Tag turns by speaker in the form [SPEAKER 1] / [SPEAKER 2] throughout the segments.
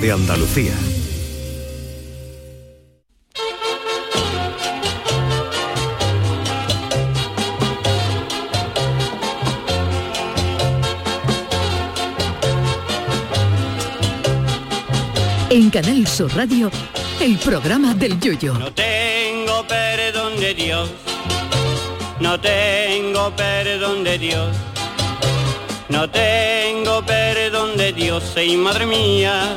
[SPEAKER 1] de Andalucía.
[SPEAKER 2] En Canal Sur Radio, el programa del yoyo.
[SPEAKER 3] No tengo perdón de Dios, no tengo perdón de Dios, no tengo perdón de Dios, y madre mía,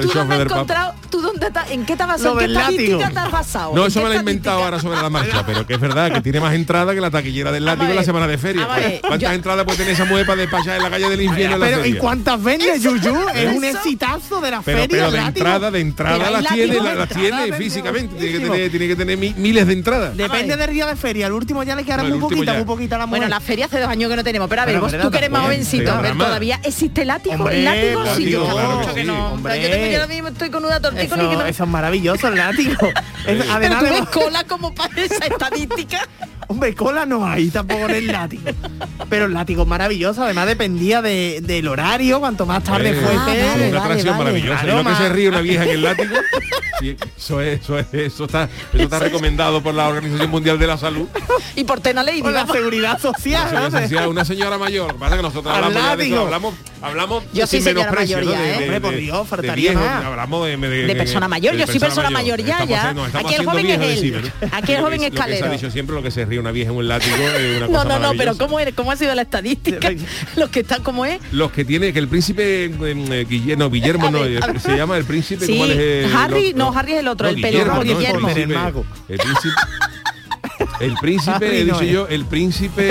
[SPEAKER 4] dónde
[SPEAKER 5] chofer
[SPEAKER 4] has
[SPEAKER 5] del Papa.
[SPEAKER 4] encontrado, tú dónde estás- en qué te has basado,
[SPEAKER 6] Lo
[SPEAKER 4] en qué
[SPEAKER 6] del látigo.
[SPEAKER 4] estadística te has basado?
[SPEAKER 5] No,
[SPEAKER 4] ¿En
[SPEAKER 5] eso
[SPEAKER 4] qué
[SPEAKER 5] me lo he
[SPEAKER 4] estadística?
[SPEAKER 5] inventado ahora sobre la marcha, pero que es verdad que tiene más entrada que la taquillera del látigo en la
[SPEAKER 4] ver,
[SPEAKER 5] semana de feria.
[SPEAKER 4] vamos a ver,
[SPEAKER 5] ¿Cuántas
[SPEAKER 4] yo-
[SPEAKER 5] entradas puede tener esa mujer para despachar en la calle del infierno en la
[SPEAKER 6] Pero ¿y
[SPEAKER 5] feria?
[SPEAKER 6] cuántas vende Yuyu? Es un
[SPEAKER 4] eso.
[SPEAKER 6] exitazo de la
[SPEAKER 5] Pero,
[SPEAKER 6] feria.
[SPEAKER 5] pero de
[SPEAKER 6] el látigo.
[SPEAKER 5] entrada, de entrada
[SPEAKER 4] Pero
[SPEAKER 5] las
[SPEAKER 4] hay
[SPEAKER 5] tiene,
[SPEAKER 4] látigos
[SPEAKER 5] la-
[SPEAKER 4] de
[SPEAKER 5] las
[SPEAKER 4] entrada,
[SPEAKER 5] tiene
[SPEAKER 6] pero
[SPEAKER 5] físicamente, tiene que
[SPEAKER 6] buenísimo.
[SPEAKER 5] tener, tiene que tener mi- miles de entradas.
[SPEAKER 6] Depende
[SPEAKER 4] Ay.
[SPEAKER 6] del día de feria. El último ya le quedará
[SPEAKER 5] No, el
[SPEAKER 6] muy
[SPEAKER 5] último
[SPEAKER 6] poquita,
[SPEAKER 5] ya.
[SPEAKER 6] muy poquita a la mujer.
[SPEAKER 4] Bueno, la feria hace dos años que no tenemos, pero a ver,
[SPEAKER 6] Pero,
[SPEAKER 4] vos,
[SPEAKER 6] pero
[SPEAKER 4] tú que eres más
[SPEAKER 6] tampoco,
[SPEAKER 4] jovencito, a ver,
[SPEAKER 5] programa.
[SPEAKER 4] todavía existe látigo,
[SPEAKER 6] Hombre,
[SPEAKER 4] el látigo sí,
[SPEAKER 5] látigo,
[SPEAKER 4] yo-
[SPEAKER 5] claro que
[SPEAKER 4] Yo
[SPEAKER 5] sí,
[SPEAKER 4] tengo- yo ahora mismo estoy con una tortícola y que
[SPEAKER 6] eso,
[SPEAKER 4] no-
[SPEAKER 6] eso es maravilloso, el látigo. Es-
[SPEAKER 4] Pero
[SPEAKER 6] además,
[SPEAKER 4] tú
[SPEAKER 6] le-
[SPEAKER 4] ves cola como para esa estadística.
[SPEAKER 6] hombre, cola no hay tampoco en el látigo. Pero el látigo es maravilloso, además dependía de- del horario, cuanto más tarde
[SPEAKER 5] Eh,
[SPEAKER 6] fuese.
[SPEAKER 5] una
[SPEAKER 4] vale,
[SPEAKER 5] atracción
[SPEAKER 4] vale.
[SPEAKER 5] maravillosa. Y
[SPEAKER 6] Claro,
[SPEAKER 5] lo que
[SPEAKER 6] ma-
[SPEAKER 5] se ríe una vieja en el látigo. Sí, eso, es, eso, es- eso está, eso está recomendado por la Organización Mundial de la Salud.
[SPEAKER 4] Y por Tena Lady,
[SPEAKER 6] Con la
[SPEAKER 4] vamos.
[SPEAKER 6] seguridad social.
[SPEAKER 5] Eso que
[SPEAKER 6] ¿sabes?
[SPEAKER 5] decía una señora mayor. Pasa que nosotros hablamos ya de
[SPEAKER 6] Al látigo.
[SPEAKER 5] eso, hablamos, hablamos
[SPEAKER 4] Yo soy
[SPEAKER 5] sin
[SPEAKER 4] señora
[SPEAKER 5] menosprecio,
[SPEAKER 4] mayor
[SPEAKER 5] ¿no?
[SPEAKER 4] ya, ¿eh?
[SPEAKER 6] Hombre, por Dios, faltaría
[SPEAKER 5] viejos,
[SPEAKER 6] más.
[SPEAKER 5] hablamos Eh, de,
[SPEAKER 4] De persona mayor, yo soy persona mayor ya,
[SPEAKER 5] Estamos
[SPEAKER 4] ya.
[SPEAKER 5] haciendo- nos estamos
[SPEAKER 4] Aquí el
[SPEAKER 5] haciendo
[SPEAKER 4] joven es
[SPEAKER 5] viejos
[SPEAKER 4] él.
[SPEAKER 5] encima, ¿no?
[SPEAKER 4] Aquí el
[SPEAKER 5] Lo
[SPEAKER 4] joven
[SPEAKER 5] que-
[SPEAKER 4] es
[SPEAKER 5] lo que se ha
[SPEAKER 4] calero.
[SPEAKER 5] dicho siempre lo que se ríe una vieja en un látigo es una cosa
[SPEAKER 4] No, no, no, pero
[SPEAKER 5] maravillosa.
[SPEAKER 4] ¿cómo, eres? ¿cómo ha sido la estadística? Los que están como es.
[SPEAKER 5] Los que tiene, que el príncipe eh, Guillermo, no, Guillermo
[SPEAKER 4] A
[SPEAKER 5] no, eh,
[SPEAKER 4] ver, a ver.
[SPEAKER 5] se llama el príncipe,
[SPEAKER 4] Sí,
[SPEAKER 5] ¿cómo es el
[SPEAKER 4] Harry,
[SPEAKER 5] otro?
[SPEAKER 4] no, Harry es el otro, el
[SPEAKER 5] Guillermo,
[SPEAKER 4] pelirrojo,
[SPEAKER 5] ¿no?
[SPEAKER 4] Guillermo.
[SPEAKER 5] El príncipe,
[SPEAKER 6] El mago.
[SPEAKER 5] el príncipe- el príncipe,
[SPEAKER 6] Harry no
[SPEAKER 5] he dicho
[SPEAKER 6] es.
[SPEAKER 5] yo, el príncipe,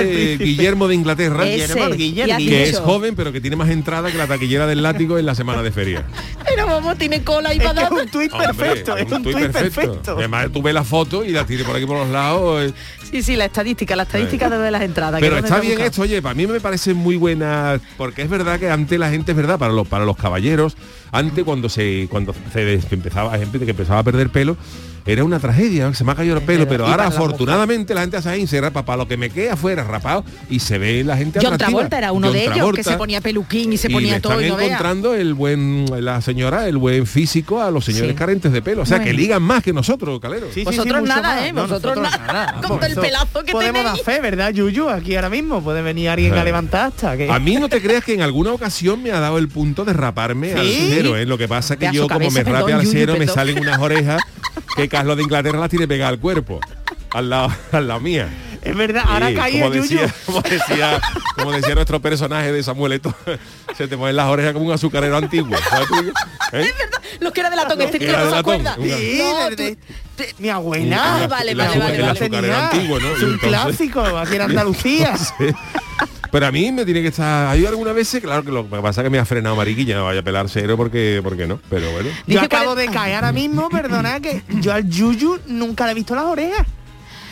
[SPEAKER 6] El príncipe.
[SPEAKER 5] Guillermo de Inglaterra,
[SPEAKER 4] Ese,
[SPEAKER 6] Guillermo, Guillermo,
[SPEAKER 4] ya has
[SPEAKER 5] que es
[SPEAKER 4] dicho.
[SPEAKER 5] joven, pero que tiene más entrada que la taquillera del látigo en la semana de feria.
[SPEAKER 4] Pero vamos, tiene cola y
[SPEAKER 6] Es que
[SPEAKER 4] va
[SPEAKER 6] es un tuit
[SPEAKER 5] Hombre,
[SPEAKER 6] perfecto, es un tuit perfecto.
[SPEAKER 5] Además, tú ves la foto y la tires por aquí por los lados. eh.
[SPEAKER 4] Sí, sí, la estadística, la estadística de las entradas. que
[SPEAKER 5] Pero
[SPEAKER 4] ¿dónde
[SPEAKER 5] está
[SPEAKER 4] te
[SPEAKER 5] bien
[SPEAKER 4] buscas?
[SPEAKER 5] esto, oye, para mí me parece muy buena, porque es verdad que antes la gente, es verdad, para los, para los caballeros, antes cuando se cuando se des- que empezaba, gente que empezaba a perder pelo, era una tragedia, se me ha caído el pelo, pero
[SPEAKER 4] Y
[SPEAKER 5] ahora
[SPEAKER 4] para las
[SPEAKER 5] afortunadamente la gente hace ahí, se rapa, para lo que me queda afuera rapado y se ve la gente
[SPEAKER 4] John
[SPEAKER 5] atractiva.
[SPEAKER 4] Travolta era uno
[SPEAKER 5] John
[SPEAKER 4] de ellos
[SPEAKER 5] Travolta,
[SPEAKER 4] que se ponía peluquín y se
[SPEAKER 5] y
[SPEAKER 4] ponía
[SPEAKER 5] le
[SPEAKER 4] todo y
[SPEAKER 5] están
[SPEAKER 4] no vea.
[SPEAKER 5] encontrando el buen la señora el buen físico a los señores
[SPEAKER 4] Sí.
[SPEAKER 5] carentes de pelo o sea que
[SPEAKER 4] Bueno.
[SPEAKER 5] ligan más que nosotros calero
[SPEAKER 6] Sí, sí, sí,
[SPEAKER 4] Vosotros
[SPEAKER 6] mucho
[SPEAKER 4] nada,
[SPEAKER 6] más.
[SPEAKER 4] ¿eh? Vosotros nada. Con
[SPEAKER 6] Vamos,
[SPEAKER 4] todo el
[SPEAKER 6] eso
[SPEAKER 4] pelazo que
[SPEAKER 6] Podemos
[SPEAKER 4] tenéis.
[SPEAKER 6] dar fe, ¿verdad, Yuyu? Aquí ahora mismo puede venir alguien
[SPEAKER 5] Sí.
[SPEAKER 6] a levantar hasta que...
[SPEAKER 5] A mí no te creas que en alguna ocasión me ha dado el punto de raparme al
[SPEAKER 6] ¿Sí?
[SPEAKER 5] cero, ¿eh? Lo que pasa que
[SPEAKER 4] Ve a
[SPEAKER 5] yo
[SPEAKER 4] su
[SPEAKER 5] como
[SPEAKER 4] cabeza,
[SPEAKER 5] me rape
[SPEAKER 4] perdón,
[SPEAKER 5] al
[SPEAKER 4] Yuyu,
[SPEAKER 5] cero me
[SPEAKER 4] perdón.
[SPEAKER 5] salen unas orejas que Carlos de Inglaterra las tiene pegadas al cuerpo. Al lado, al lado mía.
[SPEAKER 6] Es verdad, ahora
[SPEAKER 5] Sí,
[SPEAKER 6] caí
[SPEAKER 5] como
[SPEAKER 6] el Yuyu.
[SPEAKER 5] decía, como decía, como decía nuestro personaje de Samuelito, se te ponen las orejas como un azucarero antiguo. ¿sabes tú? ¿Eh?
[SPEAKER 4] Los que era de latón, este
[SPEAKER 5] que
[SPEAKER 4] tío
[SPEAKER 5] era
[SPEAKER 4] no
[SPEAKER 5] de
[SPEAKER 4] se
[SPEAKER 5] latón,
[SPEAKER 4] acuerda.
[SPEAKER 5] un-
[SPEAKER 6] Sí,
[SPEAKER 4] No,
[SPEAKER 6] de-
[SPEAKER 4] tú-
[SPEAKER 6] de-
[SPEAKER 4] te-
[SPEAKER 6] Mi
[SPEAKER 4] Ah,
[SPEAKER 6] abuela.
[SPEAKER 5] El-
[SPEAKER 4] vale,
[SPEAKER 5] el
[SPEAKER 4] vale,
[SPEAKER 5] azu-
[SPEAKER 4] vale,
[SPEAKER 5] El
[SPEAKER 4] vale.
[SPEAKER 5] azucarero
[SPEAKER 6] Tenía-
[SPEAKER 5] antiguo, ¿no?
[SPEAKER 6] Es
[SPEAKER 5] Y
[SPEAKER 6] un
[SPEAKER 5] entonces-
[SPEAKER 6] clásico, aquí en Andalucía.
[SPEAKER 5] Sí. Pero a mí me tiene que estar... Hay algunas veces, claro, que lo que pasa es que me ha frenado Mariquilla, no vaya a pelar cero porque, porque no, pero bueno.
[SPEAKER 6] Yo
[SPEAKER 4] Dice
[SPEAKER 6] acabo de
[SPEAKER 4] cuaren-
[SPEAKER 6] caer ahora mismo, perdona, que yo al Yuyu nunca le he visto las orejas.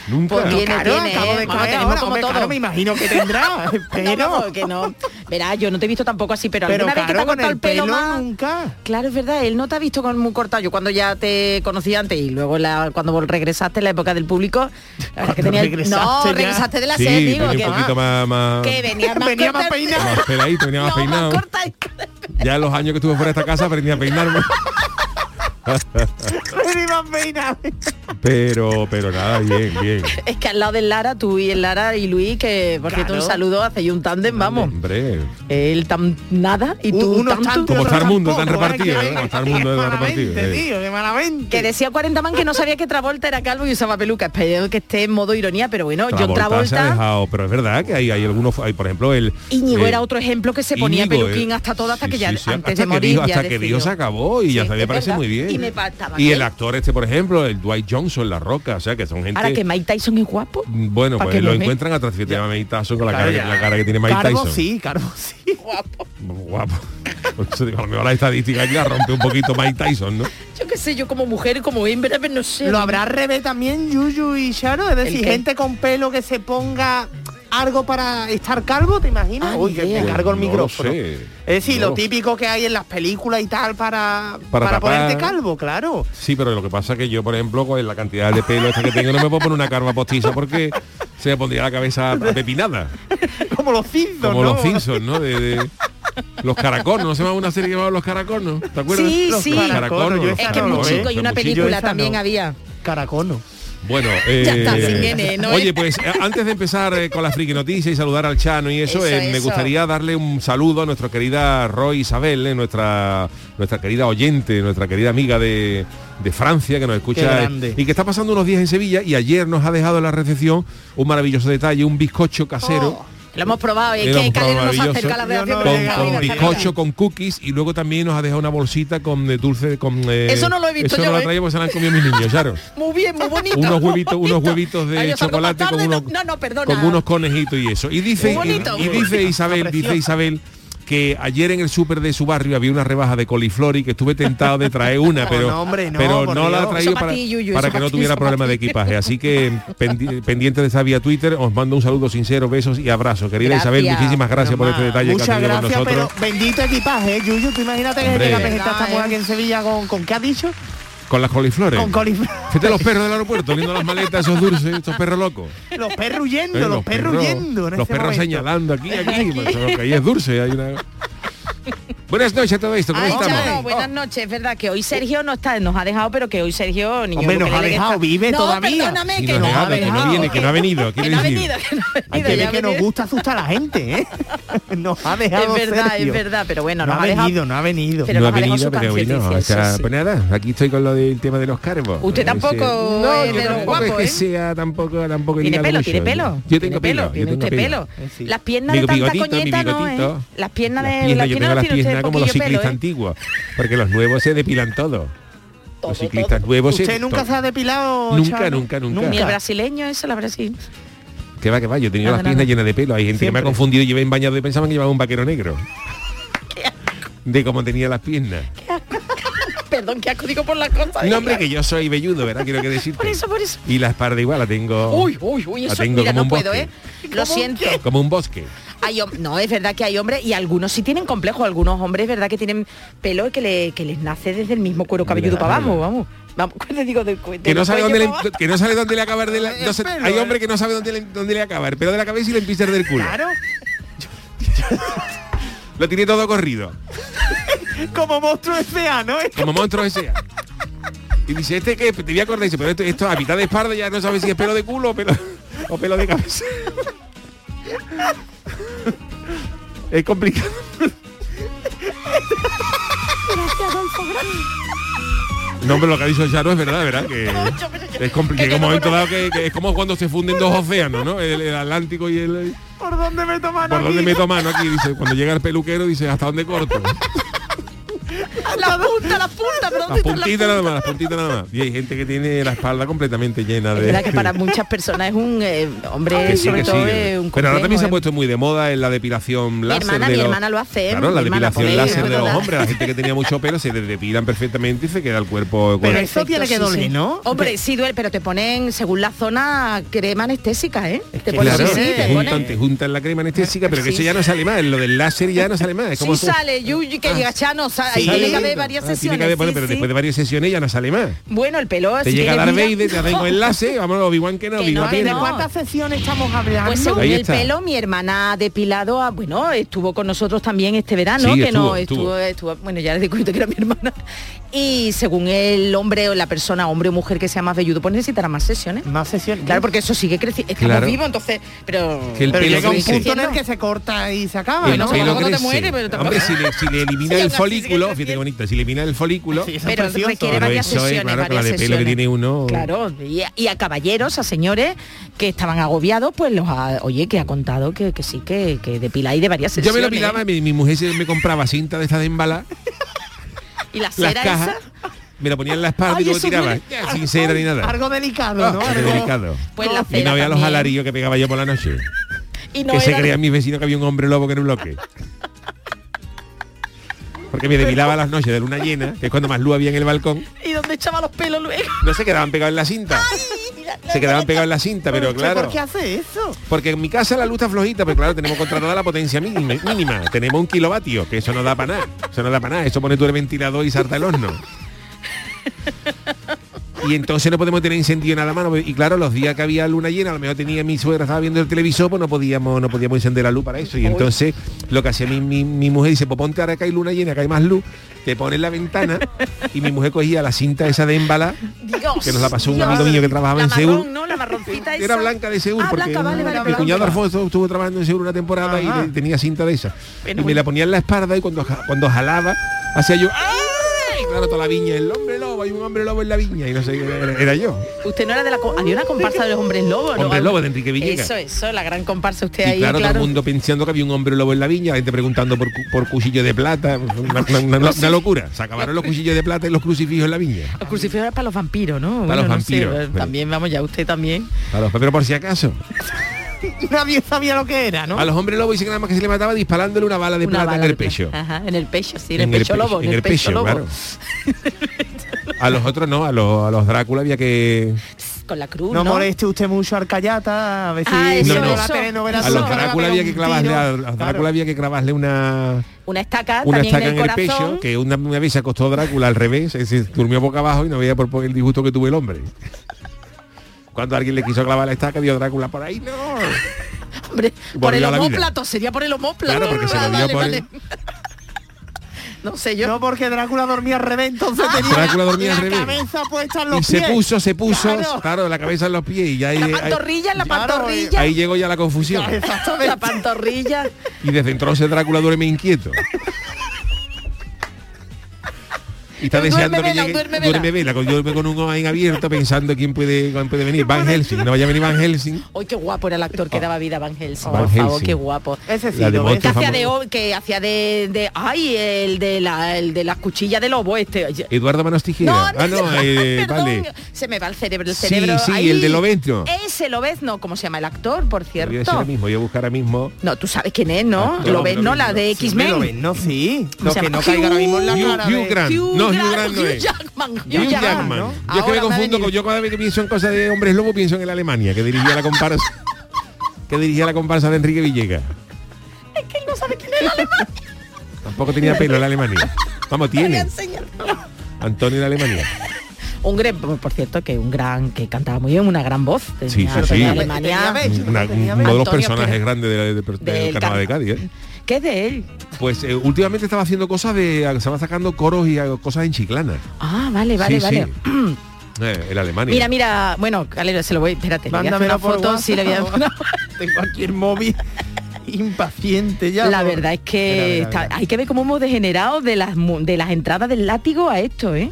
[SPEAKER 5] Nunca.
[SPEAKER 4] Pues bien, Tiene,
[SPEAKER 6] Claro,
[SPEAKER 4] tiene,
[SPEAKER 6] acabo
[SPEAKER 4] ¿eh?
[SPEAKER 6] de
[SPEAKER 4] Vamos,
[SPEAKER 6] caer
[SPEAKER 4] tenemos
[SPEAKER 6] ahora.
[SPEAKER 4] como
[SPEAKER 6] hombre,
[SPEAKER 4] todo.
[SPEAKER 6] claro, me imagino que tendrá,
[SPEAKER 4] No,
[SPEAKER 6] pero...
[SPEAKER 4] no, que no. Verá, yo no te he visto tampoco así, pero,
[SPEAKER 6] Pero
[SPEAKER 4] alguna vez que te ha
[SPEAKER 6] claro, con
[SPEAKER 4] cortado
[SPEAKER 6] el
[SPEAKER 4] el pelo,
[SPEAKER 6] pelo
[SPEAKER 4] más.
[SPEAKER 6] nunca.
[SPEAKER 4] Claro, es verdad, él no te ha visto con muy cortado. Yo cuando ya te conocí antes y luego la- cuando vol- regresaste en la época del público, la verdad que
[SPEAKER 6] Cuando
[SPEAKER 4] tenía el-
[SPEAKER 6] regresaste
[SPEAKER 4] No,
[SPEAKER 6] ya.
[SPEAKER 4] regresaste de la
[SPEAKER 5] Sí,
[SPEAKER 4] sed, digo,
[SPEAKER 5] venía
[SPEAKER 4] que,
[SPEAKER 5] un poquito más, más-
[SPEAKER 4] que venía más
[SPEAKER 6] Venía más
[SPEAKER 4] corta-
[SPEAKER 6] peinado.
[SPEAKER 5] más peladito, venía más
[SPEAKER 4] No, más
[SPEAKER 5] peinado.
[SPEAKER 4] corta.
[SPEAKER 5] Ya en los años que estuve fuera de esta casa aprendí a peinarme.
[SPEAKER 6] Ni más peinado.
[SPEAKER 5] Pero, pero nada, bien, bien.
[SPEAKER 4] Es que al lado del Lara, tú y el Lara y Luis, que por cierto un
[SPEAKER 6] Claro.
[SPEAKER 4] saludo, hacéis un tándem, vamos.
[SPEAKER 5] Hombre.
[SPEAKER 4] Él tan nada y
[SPEAKER 6] Un-
[SPEAKER 4] tú
[SPEAKER 6] unos
[SPEAKER 4] tanto.
[SPEAKER 6] tantos y
[SPEAKER 5] Como está el
[SPEAKER 6] otros
[SPEAKER 5] mundo,
[SPEAKER 6] tampoco,
[SPEAKER 5] tan
[SPEAKER 6] ¿eh?
[SPEAKER 5] repartido,
[SPEAKER 6] Que-
[SPEAKER 5] ¿eh? Como está el mundo,
[SPEAKER 6] que
[SPEAKER 5] tan
[SPEAKER 6] malamente,
[SPEAKER 5] repartido, ¿eh?
[SPEAKER 6] tío, que malamente.
[SPEAKER 4] Que decía 40 man que no sabía que Travolta era calvo y usaba peluca. Espero que esté en modo ironía, pero bueno, John
[SPEAKER 5] se ha
[SPEAKER 4] Travolta.
[SPEAKER 5] dejado, pero es verdad que hay, hay algunos, hay, por ejemplo, el...
[SPEAKER 4] Íñigo
[SPEAKER 5] eh,
[SPEAKER 4] era otro ejemplo que se ponía
[SPEAKER 5] Íñigo,
[SPEAKER 4] peluquín
[SPEAKER 5] eh.
[SPEAKER 4] hasta todo hasta
[SPEAKER 5] Sí,
[SPEAKER 4] que ya
[SPEAKER 5] sí, sí, hasta
[SPEAKER 4] antes de
[SPEAKER 5] que
[SPEAKER 4] morir
[SPEAKER 5] Dios-
[SPEAKER 4] ya
[SPEAKER 5] hasta que
[SPEAKER 4] decidió.
[SPEAKER 5] Dios se acabó y
[SPEAKER 4] Sí,
[SPEAKER 5] ya se me
[SPEAKER 4] es
[SPEAKER 5] parece
[SPEAKER 4] verdad.
[SPEAKER 5] muy bien.
[SPEAKER 4] Y me pa- estaba
[SPEAKER 5] Y
[SPEAKER 4] bien.
[SPEAKER 5] el actor este, por ejemplo, el Dwight Johnson, La Roca, o sea, que son gente...
[SPEAKER 4] Ahora que Mike Tyson es guapo.
[SPEAKER 5] bueno,
[SPEAKER 4] ¿pa'
[SPEAKER 5] pues
[SPEAKER 4] qué
[SPEAKER 5] lo
[SPEAKER 4] lo ve?
[SPEAKER 5] encuentran atractivo. Te llama Mike Tyson con la cara,
[SPEAKER 6] Claro,
[SPEAKER 5] que-
[SPEAKER 6] ya.
[SPEAKER 5] la cara que tiene Mike
[SPEAKER 6] Carbo
[SPEAKER 5] Tyson.
[SPEAKER 6] sí, Carbo sí.
[SPEAKER 5] Guapo. Por eso digo, a lo mejor la estadística ya rompe un poquito Mike Tyson, ¿no?
[SPEAKER 4] Yo qué sé, yo como mujer, como hembra, pero no sé.
[SPEAKER 6] Lo habrá al revés también Yuyu y Charo, es decir,
[SPEAKER 4] qué?
[SPEAKER 6] gente con pelo que se ponga algo para estar calvo, ¿te imaginas?
[SPEAKER 4] Ah,
[SPEAKER 6] Uy,
[SPEAKER 4] ni
[SPEAKER 6] que me
[SPEAKER 4] idea.
[SPEAKER 6] cargo el
[SPEAKER 5] No lo
[SPEAKER 6] micrófono.
[SPEAKER 5] sé.
[SPEAKER 6] Es decir,
[SPEAKER 5] No
[SPEAKER 6] lo
[SPEAKER 5] lo sé.
[SPEAKER 6] típico que hay en las películas y tal para,
[SPEAKER 5] Para
[SPEAKER 6] para,
[SPEAKER 5] tapar.
[SPEAKER 6] ponerte calvo, claro.
[SPEAKER 5] Sí, pero lo que pasa es que yo, por ejemplo, con la cantidad de pelo esta que tengo, no me puedo poner una carva postiza porque se me pondría la cabeza pepinada,
[SPEAKER 6] Como los cintos,
[SPEAKER 5] como
[SPEAKER 6] ¿no?
[SPEAKER 5] los Simpsons, ¿no? De, de- los caracornos, ¿no se llama una serie que llamaba Los Caracornos? ¿Te acuerdas?
[SPEAKER 4] Sí,
[SPEAKER 5] Los
[SPEAKER 4] sí.
[SPEAKER 5] Caracornos,
[SPEAKER 6] Yo
[SPEAKER 5] los
[SPEAKER 6] esa
[SPEAKER 4] es que es
[SPEAKER 6] no
[SPEAKER 4] muy
[SPEAKER 6] lo
[SPEAKER 5] Caracornos,
[SPEAKER 6] ve.
[SPEAKER 4] chico y
[SPEAKER 5] son
[SPEAKER 4] una
[SPEAKER 5] muy
[SPEAKER 6] Yo
[SPEAKER 4] película
[SPEAKER 6] esa
[SPEAKER 4] también
[SPEAKER 6] no.
[SPEAKER 4] había.
[SPEAKER 6] Caracono.
[SPEAKER 5] Bueno,
[SPEAKER 4] está,
[SPEAKER 5] eh,
[SPEAKER 4] sin nene, ¿no?
[SPEAKER 5] oye, pues eh, antes de empezar eh, con la friki noticia y saludar al Chano y eso,
[SPEAKER 4] Eso,
[SPEAKER 5] eh, me
[SPEAKER 4] eso.
[SPEAKER 5] gustaría darle un saludo a nuestra querida Roy Isabel, eh, nuestra nuestra querida oyente, nuestra querida amiga de, de Francia que nos
[SPEAKER 6] Qué
[SPEAKER 5] escucha eh,
[SPEAKER 6] grande.
[SPEAKER 5] y que está pasando unos días en Sevilla y ayer nos ha dejado en la recepción un maravilloso detalle, un bizcocho casero.
[SPEAKER 4] Lo hemos probado, es
[SPEAKER 5] Era un
[SPEAKER 4] Oh, eh, que Calero nos
[SPEAKER 5] programa
[SPEAKER 4] acerca a la
[SPEAKER 6] maravilloso. Yo no he
[SPEAKER 5] Con,
[SPEAKER 4] reacción. pero venga,
[SPEAKER 6] llegado.
[SPEAKER 5] con
[SPEAKER 4] venga,
[SPEAKER 6] Mira,
[SPEAKER 5] bizcocho,
[SPEAKER 4] Calero.
[SPEAKER 5] con cookies y luego también nos ha dejado una bolsita con eh, dulce, con... eh,
[SPEAKER 4] Eso no lo he visto
[SPEAKER 5] Eso
[SPEAKER 4] yo,
[SPEAKER 5] no lo
[SPEAKER 4] ¿eh?
[SPEAKER 5] traía porque se lo han comido mis niños, claro.
[SPEAKER 4] Muy bien, muy bonito.
[SPEAKER 5] unos
[SPEAKER 4] muy
[SPEAKER 5] huevitos unos
[SPEAKER 4] bonito.
[SPEAKER 5] huevitos
[SPEAKER 4] Ay,
[SPEAKER 5] de
[SPEAKER 4] yo salgo más
[SPEAKER 5] chocolate con
[SPEAKER 4] tarde,
[SPEAKER 5] unos,
[SPEAKER 4] no- No, no, perdona.
[SPEAKER 5] con unos conejitos y eso y dice
[SPEAKER 4] Muy bonito,
[SPEAKER 5] y, y
[SPEAKER 4] muy
[SPEAKER 5] dice
[SPEAKER 6] bonito.
[SPEAKER 5] Isabel
[SPEAKER 6] Está
[SPEAKER 5] dice
[SPEAKER 6] precioso.
[SPEAKER 5] Isabel que ayer en el súper de su barrio había una rebaja de coliflor y que estuve tentado de traer una,
[SPEAKER 6] No,
[SPEAKER 5] pero
[SPEAKER 6] no, hombre, no,
[SPEAKER 5] pero
[SPEAKER 6] por
[SPEAKER 5] no la ha
[SPEAKER 6] Dios.
[SPEAKER 5] traído
[SPEAKER 4] Eso pa'
[SPEAKER 5] para,
[SPEAKER 4] ti, Yuyu,
[SPEAKER 5] para
[SPEAKER 4] eso
[SPEAKER 5] que
[SPEAKER 4] pa'
[SPEAKER 5] no
[SPEAKER 4] ti,
[SPEAKER 5] tuviera
[SPEAKER 4] eso pa'
[SPEAKER 5] problemas de
[SPEAKER 4] ti.
[SPEAKER 5] equipaje. Así que em, pendi- pendiente de esa vía Twitter, os mando un saludo sincero, besos y abrazos. Querida
[SPEAKER 4] Gracias.
[SPEAKER 5] Isabel, muchísimas gracias por este
[SPEAKER 6] Mamá,
[SPEAKER 5] detalle que ha
[SPEAKER 6] Muchas
[SPEAKER 5] tenido con
[SPEAKER 6] gracias,
[SPEAKER 5] nosotros.
[SPEAKER 6] pero bendito equipaje, ¿eh? Yuyu, tú imagínate que se
[SPEAKER 5] Hombre.
[SPEAKER 6] llega a presentar
[SPEAKER 4] Verdad,
[SPEAKER 6] esta mujer
[SPEAKER 4] ¿eh?
[SPEAKER 6] aquí en Sevilla con, con ¿qué ha dicho?
[SPEAKER 5] Con las coliflores.
[SPEAKER 6] Con coliflor.
[SPEAKER 5] Fíjate los perros del aeropuerto, viendo las maletas, esos dulces, estos perros locos.
[SPEAKER 6] Los perros huyendo,
[SPEAKER 5] Eh,
[SPEAKER 6] los, perros huyendo. en
[SPEAKER 5] los
[SPEAKER 6] este
[SPEAKER 5] perros
[SPEAKER 6] momento.
[SPEAKER 5] señalando aquí, aquí, macho, lo que ahí es dulce, hay una- Buenas noches a todo esto, ¿cómo
[SPEAKER 4] Ay,
[SPEAKER 5] estamos?
[SPEAKER 4] Chano, buenas noches. Es verdad que hoy Sergio no está, nos ha dejado, pero que hoy Sergio... Niño,
[SPEAKER 6] Hombre,
[SPEAKER 4] lo
[SPEAKER 6] nos
[SPEAKER 4] que
[SPEAKER 6] ha
[SPEAKER 4] le deja-
[SPEAKER 6] dejado, vive
[SPEAKER 4] no,
[SPEAKER 6] todavía.
[SPEAKER 4] perdóname,
[SPEAKER 5] Sí,
[SPEAKER 4] que
[SPEAKER 5] nos
[SPEAKER 4] no,
[SPEAKER 5] ha dejado, que no
[SPEAKER 4] dejado.
[SPEAKER 5] viene, que no ha venido,
[SPEAKER 4] Que
[SPEAKER 5] quiero
[SPEAKER 4] no ha
[SPEAKER 5] decir.
[SPEAKER 4] venido, que no ha
[SPEAKER 6] Hay
[SPEAKER 4] venido,
[SPEAKER 6] que
[SPEAKER 4] ya
[SPEAKER 6] ver que nos
[SPEAKER 4] veré.
[SPEAKER 6] gusta asustar a la gente, ¿eh? Nos ha dejado
[SPEAKER 4] Es verdad,
[SPEAKER 6] Sergio.
[SPEAKER 4] es verdad, pero bueno,
[SPEAKER 6] no
[SPEAKER 4] nos
[SPEAKER 6] ha
[SPEAKER 4] ha dejado-
[SPEAKER 6] venido, no ha venido.
[SPEAKER 4] Pero
[SPEAKER 5] no ha
[SPEAKER 4] nos ha dejado
[SPEAKER 5] venido,
[SPEAKER 4] su
[SPEAKER 5] pero hoy no.
[SPEAKER 4] conciencia,
[SPEAKER 5] O sea,
[SPEAKER 4] eso sí.
[SPEAKER 5] pues nada, aquí estoy con lo del tema de los Pues, cargos.
[SPEAKER 4] Usted tampoco
[SPEAKER 5] Eh, No,
[SPEAKER 4] es
[SPEAKER 5] yo
[SPEAKER 4] de los
[SPEAKER 5] tampoco es
[SPEAKER 4] guapos,
[SPEAKER 5] que
[SPEAKER 4] ¿eh?
[SPEAKER 5] sea tampoco, tampoco
[SPEAKER 4] Tiene
[SPEAKER 5] diga
[SPEAKER 4] pelo,
[SPEAKER 5] mucho.
[SPEAKER 4] tiene pelo.
[SPEAKER 5] ¿eh? Yo tengo
[SPEAKER 4] tiene
[SPEAKER 5] pelo, yo
[SPEAKER 4] tiene
[SPEAKER 5] tengo
[SPEAKER 4] usted pelo.
[SPEAKER 6] Eh, sí.
[SPEAKER 4] Las piernas
[SPEAKER 5] Mi
[SPEAKER 4] de tanta
[SPEAKER 5] bigotito, mi
[SPEAKER 4] coñeta no,
[SPEAKER 5] bigotito.
[SPEAKER 4] ¿eh? Las piernas
[SPEAKER 5] Las
[SPEAKER 4] de
[SPEAKER 5] piernas,
[SPEAKER 4] las
[SPEAKER 5] yo tengo
[SPEAKER 4] piernas
[SPEAKER 5] las
[SPEAKER 4] tiene usted
[SPEAKER 5] piernas como los
[SPEAKER 4] poquillo
[SPEAKER 5] ciclistas
[SPEAKER 4] pelo, ¿eh?
[SPEAKER 5] antiguos, porque los nuevos se depilan todo.
[SPEAKER 4] Todo,
[SPEAKER 5] los ciclistas nuevos
[SPEAKER 6] ¿Usted
[SPEAKER 5] se
[SPEAKER 6] nunca
[SPEAKER 5] todo.
[SPEAKER 6] se ha depilado?
[SPEAKER 5] Nunca,
[SPEAKER 6] Chano?
[SPEAKER 5] nunca, nunca.
[SPEAKER 4] Ni el brasileño eso, la brasil.
[SPEAKER 5] Que va, que va, yo he tenido
[SPEAKER 4] Nada,
[SPEAKER 5] las piernas
[SPEAKER 4] nada.
[SPEAKER 5] llenas de pelo. Hay gente que me ha
[SPEAKER 6] Siempre.
[SPEAKER 5] confundido y llevé en bañado y pensaban que llevaba un vaquero negro. De cómo tenía las piernas.
[SPEAKER 4] Perdón, que asco digo por las cosas.
[SPEAKER 5] No, hombre, que yo soy velludo, ¿verdad? Quiero que decirte.
[SPEAKER 4] Por eso, por eso.
[SPEAKER 5] Y la espalda igual, la tengo...
[SPEAKER 4] Uy, uy, uy,
[SPEAKER 5] la
[SPEAKER 4] eso
[SPEAKER 5] tengo
[SPEAKER 4] mira,
[SPEAKER 5] como
[SPEAKER 4] no
[SPEAKER 5] un
[SPEAKER 4] puedo,
[SPEAKER 5] bosque.
[SPEAKER 4] ¿eh? Lo siento.
[SPEAKER 5] Como un bosque.
[SPEAKER 4] Hay hom- no, es verdad que hay hombres y algunos sí tienen complejo, algunos hombres es verdad que tienen pelo que, le, que les nace desde el mismo cuero cabelludo
[SPEAKER 5] Mira,
[SPEAKER 4] para abajo,
[SPEAKER 5] mira.
[SPEAKER 4] vamos. Vamos, te digo del cue-
[SPEAKER 5] que
[SPEAKER 4] del
[SPEAKER 5] no sabe
[SPEAKER 4] cuello
[SPEAKER 5] dónde
[SPEAKER 4] para
[SPEAKER 5] le,
[SPEAKER 4] abajo.
[SPEAKER 5] que no sabe dónde le acaba de la-
[SPEAKER 6] El
[SPEAKER 5] no sé,
[SPEAKER 6] pelo,
[SPEAKER 5] hay
[SPEAKER 6] eh.
[SPEAKER 5] hombre que no sabe dónde le, dónde le acaba el pelo de la cabeza y le empieza del culo
[SPEAKER 6] Claro,
[SPEAKER 5] lo tiene todo corrido
[SPEAKER 6] como monstruo de océano, ¿eh?
[SPEAKER 5] como monstruo que sea y dice este que te voy a acordar dice pero esto, esto a mitad de espalda ya no sabe si es pelo de culo o pelo, o pelo de cabeza es complicado No, pero lo que ha dicho Charo es verdad, ¿verdad? Que es complicado. Que en un momento dado que, que es como cuando se funden dos océanos, ¿no? El, el Atlántico y el...
[SPEAKER 6] ¿Por dónde me toman
[SPEAKER 5] ¿Por
[SPEAKER 6] aquí?
[SPEAKER 5] dónde meto mano aquí? Dice, cuando llega el peluquero, dice, ¿hasta dónde corto?
[SPEAKER 4] La punta, la punta,
[SPEAKER 5] Las
[SPEAKER 4] pero ¿dónde está la punta?
[SPEAKER 5] puntitas nada más, las puntitas nada más. Y hay gente que tiene la espalda completamente llena
[SPEAKER 4] Es
[SPEAKER 5] de...
[SPEAKER 4] verdad que para muchas personas es un eh, hombre,
[SPEAKER 5] Ah, Que sí,
[SPEAKER 4] sobre
[SPEAKER 5] que sí.
[SPEAKER 4] todo es un
[SPEAKER 5] Pero ahora
[SPEAKER 4] complejo,
[SPEAKER 5] también se ha
[SPEAKER 4] ¿eh?
[SPEAKER 5] puesto muy de moda en la depilación láser
[SPEAKER 4] hermana-
[SPEAKER 5] de
[SPEAKER 4] mi
[SPEAKER 5] los...
[SPEAKER 4] hermana lo hace,
[SPEAKER 5] Claro, la
[SPEAKER 4] mi hermana,
[SPEAKER 5] depilación
[SPEAKER 4] pues,
[SPEAKER 5] láser de
[SPEAKER 4] bueno,
[SPEAKER 5] los
[SPEAKER 4] la-
[SPEAKER 5] hombres. La gente que tenía mucho pelo se les depilan perfectamente y se queda el cuerpo...
[SPEAKER 6] Pero
[SPEAKER 5] con-
[SPEAKER 6] eso tiene que
[SPEAKER 4] Perfecto, sí,
[SPEAKER 6] doler,
[SPEAKER 4] sí.
[SPEAKER 6] ¿no?
[SPEAKER 4] Hombre, sí duele, pero te ponen, según la zona, crema anestésica, ¿eh? te
[SPEAKER 6] que
[SPEAKER 4] ponen,
[SPEAKER 5] Claro,
[SPEAKER 4] sí, sí,
[SPEAKER 6] te
[SPEAKER 5] te
[SPEAKER 4] te
[SPEAKER 5] juntan,
[SPEAKER 4] ponen.
[SPEAKER 5] te juntan la crema anestésica, pero que
[SPEAKER 4] Sí.
[SPEAKER 5] eso ya no sale más, lo del láser ya no sale más. es como
[SPEAKER 4] Sí
[SPEAKER 5] tú-
[SPEAKER 4] sale, Yuyu, que llega Chano, sale,
[SPEAKER 6] Sí.
[SPEAKER 4] tiene que haber varias
[SPEAKER 5] Ah,
[SPEAKER 4] sesiones.
[SPEAKER 5] tiene que haber-
[SPEAKER 4] sí,
[SPEAKER 5] pero
[SPEAKER 4] sí.
[SPEAKER 5] después de varias sesiones ya no sale más.
[SPEAKER 4] Bueno, el pelo...
[SPEAKER 5] Te
[SPEAKER 4] si
[SPEAKER 5] llega
[SPEAKER 4] tienes
[SPEAKER 5] Darth
[SPEAKER 4] vida-
[SPEAKER 5] Vader, te hacen con enlace, vámonos, Obi-Wan que no,
[SPEAKER 4] Que no,
[SPEAKER 5] Obi-Wan
[SPEAKER 4] que
[SPEAKER 6] ¿De
[SPEAKER 5] Kenobi.
[SPEAKER 4] no.
[SPEAKER 6] cuántas sesiones estamos hablando?
[SPEAKER 4] Pues según
[SPEAKER 5] Ahí
[SPEAKER 4] el
[SPEAKER 5] está.
[SPEAKER 4] pelo, mi hermana depilado, ah, bueno, estuvo con nosotros también este verano,
[SPEAKER 5] Sí,
[SPEAKER 4] que no
[SPEAKER 5] estuvo,
[SPEAKER 4] estuvo, estuvo- bueno, ya les di cuenta que era mi hermana. Y según el hombre o la persona, hombre o mujer que sea más velludo, pues necesitará más sesiones.
[SPEAKER 6] Más sesiones.
[SPEAKER 4] Claro, porque eso sigue creciendo. Estamos
[SPEAKER 5] Claro.
[SPEAKER 4] vivos, entonces, pero.
[SPEAKER 5] Que el
[SPEAKER 6] pero
[SPEAKER 5] pelo
[SPEAKER 6] llega un
[SPEAKER 5] crece.
[SPEAKER 6] punto en el
[SPEAKER 4] Creciendo.
[SPEAKER 6] que se corta y se acaba,
[SPEAKER 5] El
[SPEAKER 6] ¿no?
[SPEAKER 4] sé,
[SPEAKER 5] pelo
[SPEAKER 4] tampoco te
[SPEAKER 5] crece.
[SPEAKER 4] muere, pero tampoco-
[SPEAKER 5] Hombre, si le, si le elimina
[SPEAKER 4] Sí,
[SPEAKER 5] el
[SPEAKER 4] aún así sigue
[SPEAKER 5] folículo, fíjate qué
[SPEAKER 4] creciendo.
[SPEAKER 5] bonito, si le elimina el folículo,
[SPEAKER 6] Sí, eso es
[SPEAKER 4] Pero
[SPEAKER 6] precioso.
[SPEAKER 4] requiere
[SPEAKER 5] Pero
[SPEAKER 4] varias
[SPEAKER 5] eso es,
[SPEAKER 4] sesiones,
[SPEAKER 5] claro, con la
[SPEAKER 4] varias
[SPEAKER 5] de pelo que
[SPEAKER 4] sesiones.
[SPEAKER 5] tiene uno-
[SPEAKER 4] Claro, y a, y a caballeros, a señores que estaban agobiados, pues los ha, oye, que ha contado que, que sí, que, que depiláis de varias
[SPEAKER 5] yo
[SPEAKER 4] sesiones.
[SPEAKER 5] me lo pilaba, mi, mi mujer se me compraba cinta de esta de embalar,
[SPEAKER 4] Y la
[SPEAKER 5] las
[SPEAKER 4] cera
[SPEAKER 5] cajas,
[SPEAKER 4] esa.
[SPEAKER 5] me la ponía en la espalda
[SPEAKER 6] Ay,
[SPEAKER 5] y luego
[SPEAKER 6] eso
[SPEAKER 5] tiraba,
[SPEAKER 6] duele.
[SPEAKER 5] ya, sin cera ni nada.
[SPEAKER 6] Algo delicado, ¿no?
[SPEAKER 5] Ah, qué
[SPEAKER 6] Algo-
[SPEAKER 5] delicado.
[SPEAKER 4] Pues la
[SPEAKER 5] Y
[SPEAKER 4] cera
[SPEAKER 5] no había los
[SPEAKER 4] también.
[SPEAKER 5] alaridos que pegaba yo por la noche.
[SPEAKER 4] Y no
[SPEAKER 5] que se
[SPEAKER 4] era-
[SPEAKER 5] creían mis vecinos que había un hombre lobo que en un bloque. Porque me depilaba las noches de luna llena, que es cuando más luz había en el balcón,
[SPEAKER 4] y donde echaba los pelos luego.
[SPEAKER 5] no se quedaban pegados en la cinta. Se quedaban pegados en la cinta, pero
[SPEAKER 6] ¿Usted
[SPEAKER 5] claro.
[SPEAKER 6] ¿Por qué hace eso?
[SPEAKER 5] Porque en mi casa la luz está flojita, pero claro, tenemos contratada la potencia mínima, mínima. Tenemos un kilovatio, que eso no da para nada. Eso no da para nada. Eso pone tú el ventilador y salta el horno. Y entonces no podemos tener incendio nada más. no- Y claro, los días que había luna llena, a lo mejor tenía mi suegra, estaba viendo el televisor, pues no podíamos, no podíamos encender la luz para eso. Y entonces lo que hacía mi, mi- mi mujer dice, pues ponte ahora que hay luna llena, que hay más luz, te pones la ventana y mi mujer cogía la cinta esa de embalar,
[SPEAKER 4] Dios,
[SPEAKER 5] que nos la pasó un
[SPEAKER 4] Dios.
[SPEAKER 5] amigo mío que trabajaba
[SPEAKER 4] La
[SPEAKER 5] en Seúl.
[SPEAKER 4] marrón, ¿no? La marroncita
[SPEAKER 5] Era
[SPEAKER 4] esa.
[SPEAKER 5] blanca de Seúl,
[SPEAKER 4] Ah,
[SPEAKER 5] porque
[SPEAKER 4] blanca, vale, vale,
[SPEAKER 5] mi
[SPEAKER 4] blanca.
[SPEAKER 5] cuñado Alfonso estuvo trabajando en Seúl una temporada y
[SPEAKER 6] Ajá.
[SPEAKER 5] le- tenía cinta de esa.
[SPEAKER 4] Bueno,
[SPEAKER 5] y me
[SPEAKER 4] bueno.
[SPEAKER 5] la ponía en la espalda y cuando, ja- cuando jalaba, hacía yo... ¡Ay! Claro, toda la viña, el hombre lobo, hay un hombre lobo en la viña y no sé, era, era yo.
[SPEAKER 4] Usted no era de la... co- Había una comparsa de los hombres lobos, ¿no?
[SPEAKER 5] Hombres lobo de Enrique Villegas.
[SPEAKER 4] Eso, eso, la gran comparsa usted
[SPEAKER 5] Y
[SPEAKER 4] ahí,
[SPEAKER 5] claro, todo el mundo pensando que había un hombre lobo en la viña, la gente preguntando por, cu- por cuchillo de plata, una, una- una- una locura. Se acabaron los cuchillos de plata y los crucifijos en la viña.
[SPEAKER 4] Los crucifijos eran para los vampiros, ¿no?
[SPEAKER 5] Para los
[SPEAKER 4] no sé,
[SPEAKER 5] vampiros,
[SPEAKER 4] eh,
[SPEAKER 5] bueno.
[SPEAKER 4] también, vamos, ya usted también.
[SPEAKER 5] A los- pero por si acaso.
[SPEAKER 6] Nadie sabía lo que era, ¿no?
[SPEAKER 5] A los hombres lobos dicen que nada más que se le mataba disparándole una bala de
[SPEAKER 4] Una
[SPEAKER 5] plata
[SPEAKER 4] bala
[SPEAKER 5] en el
[SPEAKER 4] de-
[SPEAKER 5] pecho.
[SPEAKER 4] Ajá, en el pecho, sí, en, el pecho lobo.
[SPEAKER 5] en el pecho,
[SPEAKER 4] lobo.
[SPEAKER 5] claro. A los otros no, a los, a los Drácula había que...
[SPEAKER 4] Con la cruz,
[SPEAKER 6] No
[SPEAKER 4] ¿no?
[SPEAKER 6] moleste usted mucho al Cayata, a ver si
[SPEAKER 4] Ah,
[SPEAKER 5] eso,
[SPEAKER 6] viendo la
[SPEAKER 4] eso.
[SPEAKER 6] telenovela
[SPEAKER 5] A
[SPEAKER 4] Eso,
[SPEAKER 5] los
[SPEAKER 6] suya, le
[SPEAKER 5] Drácula
[SPEAKER 6] pega
[SPEAKER 5] había
[SPEAKER 6] un
[SPEAKER 5] que clavarle,
[SPEAKER 6] tiro.
[SPEAKER 5] a los
[SPEAKER 6] Claro.
[SPEAKER 5] Drácula había que clavarle una,
[SPEAKER 4] Una estaca
[SPEAKER 5] una
[SPEAKER 4] Ah, también
[SPEAKER 5] estaca en el,
[SPEAKER 4] corazón.
[SPEAKER 5] pecho, que una, una vez se acostó Drácula al revés, es decir, durmió boca abajo y no veía por poco el disgusto que tuvo el hombre. Cuando alguien le quiso clavar la estaca, vio a Drácula por ahí, no.
[SPEAKER 4] Hombre, por
[SPEAKER 5] Volvió
[SPEAKER 4] el
[SPEAKER 5] a la vida.
[SPEAKER 4] homóplato, sería por el homóplato.
[SPEAKER 5] Claro, porque se lo
[SPEAKER 4] Ah,
[SPEAKER 5] dio
[SPEAKER 4] vale,
[SPEAKER 5] por
[SPEAKER 4] vale.
[SPEAKER 5] el-
[SPEAKER 4] No sé yo. Ah,
[SPEAKER 6] No, porque Drácula dormía al revés, entonces tenía
[SPEAKER 5] Drácula dormía
[SPEAKER 6] la
[SPEAKER 5] al revés.
[SPEAKER 6] cabeza puesta en
[SPEAKER 5] Y
[SPEAKER 6] los
[SPEAKER 5] se
[SPEAKER 6] pies.
[SPEAKER 5] puso, se puso,
[SPEAKER 6] Claro.
[SPEAKER 5] claro, la cabeza en los pies y ya ahí,
[SPEAKER 4] la
[SPEAKER 5] ahí-
[SPEAKER 4] pantorrilla, la
[SPEAKER 6] Claro,
[SPEAKER 4] pantorrilla.
[SPEAKER 5] ahí llegó ya la confusión.
[SPEAKER 6] Exactamente.
[SPEAKER 4] la pantorrilla.
[SPEAKER 5] Y desde entonces Drácula duerme inquieto. Y está
[SPEAKER 4] Duerme
[SPEAKER 5] deseando que
[SPEAKER 4] vela,
[SPEAKER 5] llegue,
[SPEAKER 4] duerme vela.
[SPEAKER 5] duerme vela, con- duerme con un ojo ahí abierto pensando quién puede, quién puede venir. Van Helsing, no vaya a venir Van Helsing.
[SPEAKER 4] Hoy qué guapo era el actor que daba vida a Oh. Van Helsing.
[SPEAKER 5] Van
[SPEAKER 4] por favor,
[SPEAKER 5] Helsing.
[SPEAKER 4] qué guapo.
[SPEAKER 6] Ese sí,
[SPEAKER 5] La de
[SPEAKER 6] lo ves.
[SPEAKER 4] Que
[SPEAKER 5] Qué
[SPEAKER 4] hacía, de,
[SPEAKER 5] famoso.
[SPEAKER 4] o- que hacía de, de- Ay, el de la, el de las cuchillas de lobo este. Oye.
[SPEAKER 5] Eduardo Manos Tijeras. ah, no, eh,
[SPEAKER 4] perdón,
[SPEAKER 5] vale.
[SPEAKER 4] Se me va el cerebro, el
[SPEAKER 5] Sí,
[SPEAKER 4] cerebro.
[SPEAKER 5] sí,
[SPEAKER 4] ahí.
[SPEAKER 5] el de Lobezno.
[SPEAKER 4] Ese Lobezno, ¿cómo se llama el actor, por
[SPEAKER 5] Voy a decir
[SPEAKER 4] cierto?
[SPEAKER 5] ahora mismo, voy a buscar ahora mismo.
[SPEAKER 4] No, tú sabes quién es, Ah, ¿no?
[SPEAKER 5] Actor,
[SPEAKER 4] Lobezno,
[SPEAKER 5] Lobezno.
[SPEAKER 4] la de
[SPEAKER 6] Sí, me lo
[SPEAKER 4] X-Men.
[SPEAKER 6] ven, no, sí. Lo
[SPEAKER 4] se
[SPEAKER 6] que
[SPEAKER 4] llama?
[SPEAKER 6] no caiga ahora mismo en la
[SPEAKER 5] Hugh-
[SPEAKER 6] cara de-
[SPEAKER 5] Hugh Grant. No, Hugh Grant no
[SPEAKER 4] Hugh
[SPEAKER 5] es.
[SPEAKER 4] Jackman, Hugh
[SPEAKER 5] Hugh
[SPEAKER 4] Jackman.
[SPEAKER 5] Jackman.
[SPEAKER 6] ¿no?
[SPEAKER 5] Yo es que
[SPEAKER 4] Ahora
[SPEAKER 5] me
[SPEAKER 4] va a
[SPEAKER 5] confundo
[SPEAKER 4] venir.
[SPEAKER 5] con yo cada vez que pienso en cosas de hombres lobo pienso en el Alemania, que dirigía la comparsa que dirigía la comparsa de Enrique Villegas.
[SPEAKER 4] Es que él no sabe quién es el alemán.
[SPEAKER 5] Tampoco tenía pelo el Alemania. Vamos,
[SPEAKER 4] Te voy a
[SPEAKER 5] tiene.
[SPEAKER 4] enseñar.
[SPEAKER 5] Antonio de Alemania.
[SPEAKER 4] Un gran, por cierto, que un gran, que cantaba muy bien, una gran voz.
[SPEAKER 5] Sí,
[SPEAKER 4] Tenía-
[SPEAKER 5] sí,
[SPEAKER 4] tenía
[SPEAKER 5] sí.
[SPEAKER 4] Alemania.
[SPEAKER 6] Tenía- Yo no
[SPEAKER 5] Una-
[SPEAKER 6] tenía
[SPEAKER 5] uno de los
[SPEAKER 4] Antonio
[SPEAKER 5] personajes
[SPEAKER 4] Pérez.
[SPEAKER 5] grandes de- de- de- del carnaval de Cádiz. ¿eh?
[SPEAKER 4] ¿Qué es de él?
[SPEAKER 5] Pues eh, últimamente estaba haciendo cosas de. Se va sacando coros y eh, cosas en chiclana.
[SPEAKER 4] Ah, vale, vale,
[SPEAKER 5] Sí,
[SPEAKER 4] vale.
[SPEAKER 5] sí. Eh, el Alemania.
[SPEAKER 4] Mira, mira, bueno, Calero, se lo voy, espérate, le voy a hacer
[SPEAKER 6] Mándamela
[SPEAKER 4] una
[SPEAKER 6] por
[SPEAKER 4] foto,
[SPEAKER 6] WhatsApp.
[SPEAKER 4] sí, le voy a
[SPEAKER 6] Tengo aquí el móvil impaciente ya.
[SPEAKER 4] La
[SPEAKER 6] por-
[SPEAKER 4] verdad es que
[SPEAKER 6] Espera, espera,
[SPEAKER 4] está-
[SPEAKER 6] espera.
[SPEAKER 4] hay que ver cómo hemos degenerado de las mu- de las entradas del látigo a esto, ¿eh?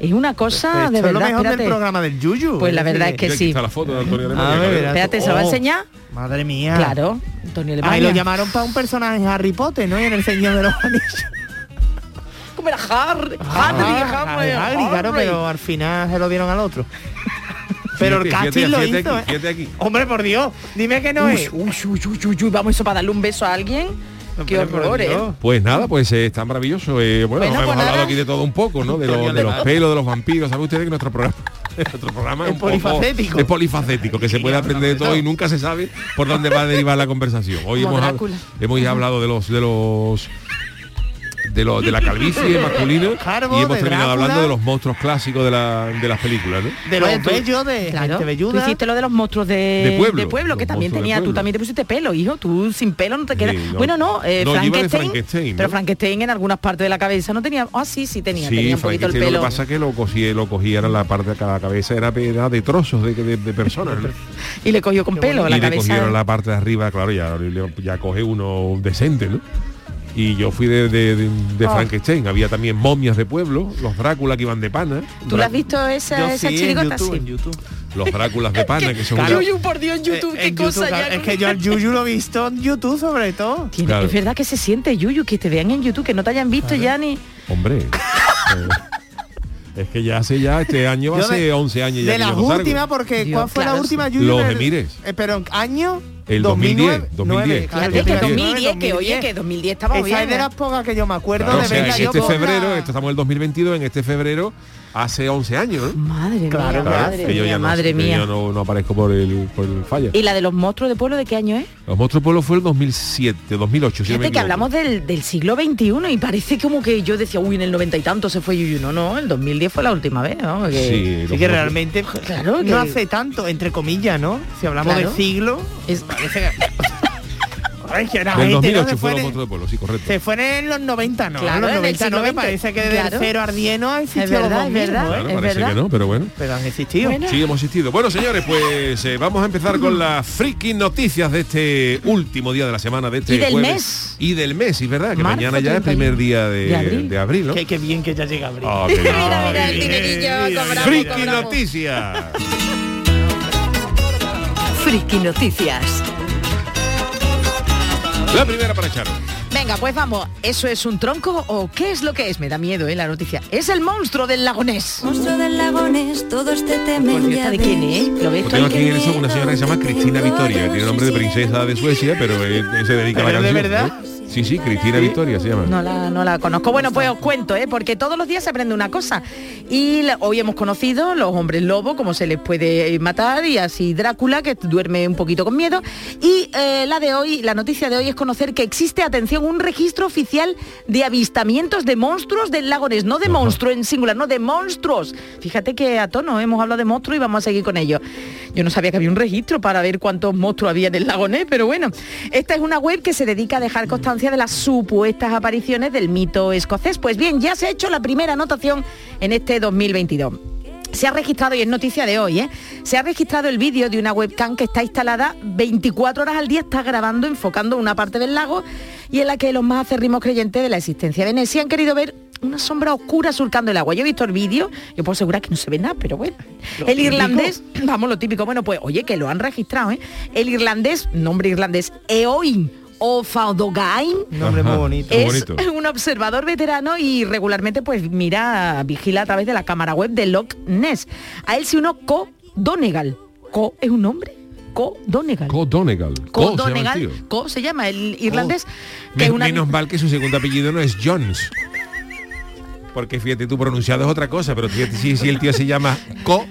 [SPEAKER 4] Es una cosa
[SPEAKER 6] Esto
[SPEAKER 4] de
[SPEAKER 6] es lo
[SPEAKER 4] verdad.
[SPEAKER 6] mejor
[SPEAKER 4] espérate.
[SPEAKER 6] del programa del Yuyu.
[SPEAKER 4] Pues la verdad es que
[SPEAKER 5] Mira, aquí
[SPEAKER 4] sí.
[SPEAKER 5] está la foto de Antonio de
[SPEAKER 6] A
[SPEAKER 5] Alemania.
[SPEAKER 6] ver,
[SPEAKER 5] Claro.
[SPEAKER 4] Espérate, ¿se lo va a
[SPEAKER 6] Oh.
[SPEAKER 4] enseñar?
[SPEAKER 6] Madre mía.
[SPEAKER 4] Claro, Antonio
[SPEAKER 6] Ahí
[SPEAKER 4] Alemania.
[SPEAKER 6] lo llamaron para un personaje en Harry Potter, ¿no? Y en el Señor de los Anillos.
[SPEAKER 4] Como era Harry, Harry, Harry,
[SPEAKER 6] Hagrid, Ah, claro,
[SPEAKER 4] Harry.
[SPEAKER 6] pero al final se lo dieron al otro. Pero el
[SPEAKER 5] Fíjate,
[SPEAKER 6] casting lo
[SPEAKER 5] fíjate
[SPEAKER 6] hizo,
[SPEAKER 5] aquí,
[SPEAKER 6] ¿eh?
[SPEAKER 5] fíjate aquí.
[SPEAKER 6] Hombre, por Dios, dime que no
[SPEAKER 4] Uy,
[SPEAKER 6] es.
[SPEAKER 4] uy, uy, uy, uy, uy, vamos eso para darle un beso a alguien. Qué
[SPEAKER 6] Hombre, por
[SPEAKER 4] horror, ¿eh?
[SPEAKER 6] Dios.
[SPEAKER 5] Pues nada, pues eh, está maravilloso. eh, bueno,
[SPEAKER 4] Bueno,
[SPEAKER 5] hemos
[SPEAKER 4] pues
[SPEAKER 5] hablado
[SPEAKER 4] nada.
[SPEAKER 5] aquí de todo un poco, ¿no? De, lo- de los pelos, de los vampiros. ¿Saben ustedes que nuestro programa, nuestro programa
[SPEAKER 6] Es
[SPEAKER 5] un poco-
[SPEAKER 6] polifacético.
[SPEAKER 5] es polifacético, que se puede aprender de todo y nunca se sabe por dónde va a derivar la conversación. Hoy
[SPEAKER 4] Como
[SPEAKER 5] hemos, hab-
[SPEAKER 4] Drácula.
[SPEAKER 5] hemos ya hablado de los de los de, los, de la calvicie masculina
[SPEAKER 6] Harbo,
[SPEAKER 5] y hemos
[SPEAKER 6] de
[SPEAKER 5] terminado
[SPEAKER 6] Drácula.
[SPEAKER 5] hablando de los monstruos clásicos de, la- de las películas, ¿no?
[SPEAKER 6] De
[SPEAKER 4] Oye,
[SPEAKER 6] los
[SPEAKER 4] Pues tú-
[SPEAKER 6] bellos, de
[SPEAKER 4] claro,
[SPEAKER 6] gente
[SPEAKER 4] tú
[SPEAKER 6] velluda.
[SPEAKER 4] hiciste lo de los monstruos de,
[SPEAKER 5] De pueblo.
[SPEAKER 4] que
[SPEAKER 5] Los
[SPEAKER 4] también
[SPEAKER 5] monstruos de
[SPEAKER 4] tenía, tú
[SPEAKER 5] pueblo.
[SPEAKER 4] también te pusiste pelo, hijo, tú sin pelo no te quedas.
[SPEAKER 5] Sí, no.
[SPEAKER 4] Bueno, no, eh,
[SPEAKER 5] No, yo iba de
[SPEAKER 4] Frankenstein,
[SPEAKER 5] Frankenstein, ¿no?
[SPEAKER 4] pero Frankenstein en algunas partes de la cabeza no tenía, ah, sí, sí tenía, tenía un poquito el
[SPEAKER 5] Frankenstein,
[SPEAKER 4] pelo.
[SPEAKER 5] Lo que pasa es que lo cogía, lo cogía era la parte de cada cabeza, era, era de trozos de, de- de personas, ¿no?
[SPEAKER 4] Y le cogió con pelo la
[SPEAKER 5] y le
[SPEAKER 4] cabeza.
[SPEAKER 5] cogieron la parte de arriba, claro, ya, ya coge uno decente, ¿no? Y yo fui de, de- de- de
[SPEAKER 4] Oh.
[SPEAKER 5] Frankenstein. Había también momias de pueblo, los Drácula que iban de pana.
[SPEAKER 4] ¿Tú la has
[SPEAKER 5] Drá-
[SPEAKER 4] visto
[SPEAKER 6] Yo
[SPEAKER 4] esa,
[SPEAKER 6] sí,
[SPEAKER 4] esa
[SPEAKER 6] en
[SPEAKER 4] chirigota?
[SPEAKER 6] YouTube,
[SPEAKER 4] Sí.
[SPEAKER 6] en YouTube.
[SPEAKER 5] Los Dráculas de pana, que son...
[SPEAKER 6] Claro.
[SPEAKER 4] Yuyu, por Dios, en YouTube,
[SPEAKER 6] Eh,
[SPEAKER 4] qué
[SPEAKER 6] en
[SPEAKER 4] cosa
[SPEAKER 6] YouTube,
[SPEAKER 4] ya.
[SPEAKER 6] claro. Es que yo al Yuyu lo he visto en YouTube sobre todo.
[SPEAKER 4] Tiene-
[SPEAKER 5] Claro.
[SPEAKER 4] Es verdad que se siente, Yuyu, que te vean en YouTube, que no te hayan visto ya ni...
[SPEAKER 5] Hombre. eh, es que ya hace ya, este año
[SPEAKER 6] Yo
[SPEAKER 5] hace
[SPEAKER 6] de-
[SPEAKER 5] 11 años
[SPEAKER 6] de
[SPEAKER 5] ya. que
[SPEAKER 6] las
[SPEAKER 5] yo no salgo.
[SPEAKER 6] últimas, porque
[SPEAKER 4] Dios,
[SPEAKER 6] ¿cuál fue
[SPEAKER 4] claro,
[SPEAKER 6] la última
[SPEAKER 5] sí.
[SPEAKER 6] Yuyu?
[SPEAKER 5] Los
[SPEAKER 6] del-
[SPEAKER 5] Emires.
[SPEAKER 6] eh, pero en año...
[SPEAKER 5] El
[SPEAKER 6] 2009,
[SPEAKER 5] 2010, 2010.
[SPEAKER 6] claro,
[SPEAKER 4] Claro, que
[SPEAKER 5] 2010,
[SPEAKER 4] 2010, que oye, que 2010 estaba
[SPEAKER 6] Esa
[SPEAKER 4] bien.
[SPEAKER 6] es de
[SPEAKER 4] ¿eh?
[SPEAKER 6] las pocas que yo me acuerdo
[SPEAKER 5] Claro, o
[SPEAKER 6] de
[SPEAKER 5] sea,
[SPEAKER 6] ver
[SPEAKER 5] en
[SPEAKER 6] yo
[SPEAKER 5] este
[SPEAKER 6] con la-
[SPEAKER 5] febrero, esto estamos en el 2022, en este febrero, hace 11 años, ¿no?
[SPEAKER 4] Madre
[SPEAKER 6] Claro,
[SPEAKER 4] mía,
[SPEAKER 6] claro,
[SPEAKER 4] madre
[SPEAKER 5] que yo
[SPEAKER 4] mía,
[SPEAKER 5] ya no,
[SPEAKER 4] madre
[SPEAKER 5] que
[SPEAKER 4] mía.
[SPEAKER 5] yo no, no aparezco por el, por el falla.
[SPEAKER 4] ¿Y la de los monstruos de pueblo de qué año es?
[SPEAKER 5] Los Monstruos Pueblo fue el 2007, 2008. si no me
[SPEAKER 4] Fíjate que
[SPEAKER 5] equivoco.
[SPEAKER 4] hablamos del, del siglo XXI y parece como que yo decía, uy, en el noventa y tanto se fue Yuyu. No, no, el 2010 fue la última vez, ¿no? Que- pues,
[SPEAKER 5] Sí,
[SPEAKER 6] Sí
[SPEAKER 5] los
[SPEAKER 6] que
[SPEAKER 5] Monstruos-
[SPEAKER 6] realmente
[SPEAKER 4] Claro que-
[SPEAKER 6] no hace tanto, entre comillas, ¿no? Si hablamos
[SPEAKER 4] Claro.
[SPEAKER 6] de siglo,
[SPEAKER 4] es-
[SPEAKER 6] ay, que era
[SPEAKER 5] Del
[SPEAKER 6] gente, ¿no? Se
[SPEAKER 5] 2008 fue
[SPEAKER 6] fue
[SPEAKER 5] los
[SPEAKER 6] de-
[SPEAKER 5] monstruos de pueblo, sí, correcto.
[SPEAKER 6] Se fue en los 90, ¿no?
[SPEAKER 4] Claro,
[SPEAKER 6] en los
[SPEAKER 4] en el
[SPEAKER 6] 90 no
[SPEAKER 4] siglo
[SPEAKER 6] me
[SPEAKER 4] XX,
[SPEAKER 6] parece que desde
[SPEAKER 4] claro.
[SPEAKER 6] el 0 al 10 no ha existido
[SPEAKER 4] Es verdad,
[SPEAKER 6] los
[SPEAKER 4] es
[SPEAKER 6] 2000, ¿no?
[SPEAKER 4] verdad.
[SPEAKER 5] Claro,
[SPEAKER 4] es
[SPEAKER 5] parece
[SPEAKER 4] verdad.
[SPEAKER 5] que no, pero bueno.
[SPEAKER 6] Pero han existido.
[SPEAKER 4] Bueno.
[SPEAKER 5] Sí, hemos existido. Bueno, señores, pues eh, vamos a empezar con las friki noticias de este último día de la semana, de este
[SPEAKER 4] Y del
[SPEAKER 5] jueves.
[SPEAKER 4] mes.
[SPEAKER 5] Y del mes, y verdad, que
[SPEAKER 4] Marzo
[SPEAKER 5] mañana ya es el
[SPEAKER 4] 31
[SPEAKER 5] primer día de,
[SPEAKER 4] de abril.
[SPEAKER 5] de abril, ¿no?
[SPEAKER 6] Qué, qué bien que ya llega abril.
[SPEAKER 5] Ah, qué
[SPEAKER 4] Mira, mira, el
[SPEAKER 5] bien.
[SPEAKER 7] Eh,
[SPEAKER 4] dinerillo, cobramos,
[SPEAKER 5] Friki
[SPEAKER 4] cobramos.
[SPEAKER 5] noticias.
[SPEAKER 2] Friki Noticias.
[SPEAKER 5] La primera para Charo.
[SPEAKER 4] Venga, pues vamos, ¿eso es un tronco o qué es lo que es? Me da miedo, ¿eh? La noticia. Es el monstruo del lagonés.
[SPEAKER 1] Monstruo del este lagones, todos te temen
[SPEAKER 4] Por Dios, ¿esta de quién es? ¿Lo ves
[SPEAKER 5] Lo
[SPEAKER 4] tú?
[SPEAKER 5] tengo aquí en el son una señora que se llama Cristina Victoria, que tiene nombre de princesa de Suecia, pero eh, se dedica a la
[SPEAKER 6] ¿Pero de
[SPEAKER 5] canción.
[SPEAKER 6] verdad?
[SPEAKER 5] ¿eh? Sí, sí, Cristina Victoria se llama.
[SPEAKER 4] No la, no la conozco. Bueno, pues os cuento, ¿eh? porque todos los días se aprende una cosa. Y la- hoy hemos conocido los hombres lobo, cómo se les puede matar, y así Drácula, que duerme un poquito con miedo. Y eh, la de hoy, la noticia de hoy es conocer que existe, atención, un registro oficial de avistamientos de monstruos del lagones, no de
[SPEAKER 5] Ajá.
[SPEAKER 4] monstruos en singular, no de monstruos. Fíjate que a tono hemos hablado de monstruos y vamos a seguir con ello. Yo no sabía que había un registro para ver cuántos monstruos había en el lagonés, pero bueno, esta es una web que se dedica a dejar constancia denuncia de las supuestas apariciones del mito escocés. Pues bien, ya se ha hecho la primera anotación en este 2022. Se ha registrado, y es noticia de hoy, ¿eh? se ha registrado el vídeo de una webcam que está instalada 24 horas al día, está grabando, enfocando una parte del lago y en la que los más acérrimos creyentes de la existencia de Nessie han querido ver una sombra oscura surcando el agua. Yo he visto el vídeo, yo puedo asegurar que no se ve nada, pero bueno. el irlandés, vamos, lo típico, bueno, pues oye, que lo han registrado, ¿eh? El irlandés, nombre irlandés, Eoin o Faudogain,
[SPEAKER 6] Nombre
[SPEAKER 5] Ajá.
[SPEAKER 6] muy bonito.
[SPEAKER 5] Qué
[SPEAKER 4] es
[SPEAKER 5] bonito.
[SPEAKER 4] un observador veterano y regularmente pues mira, vigila a través de la cámara web de Loch Ness. A él se uno Co Donegal. Co es un nombre. Co Donegal.
[SPEAKER 5] Co Donegal.
[SPEAKER 4] Co
[SPEAKER 5] Co se llama el
[SPEAKER 4] Donegal.
[SPEAKER 5] tío. Oh.
[SPEAKER 4] Co se llama el irlandés. que
[SPEAKER 5] Men-
[SPEAKER 4] es una-
[SPEAKER 5] Menos mal que su segundo apellido no es Jones. Porque fíjate, tú pronunciado es otra cosa, pero fíjate, si, si el tío se llama Co,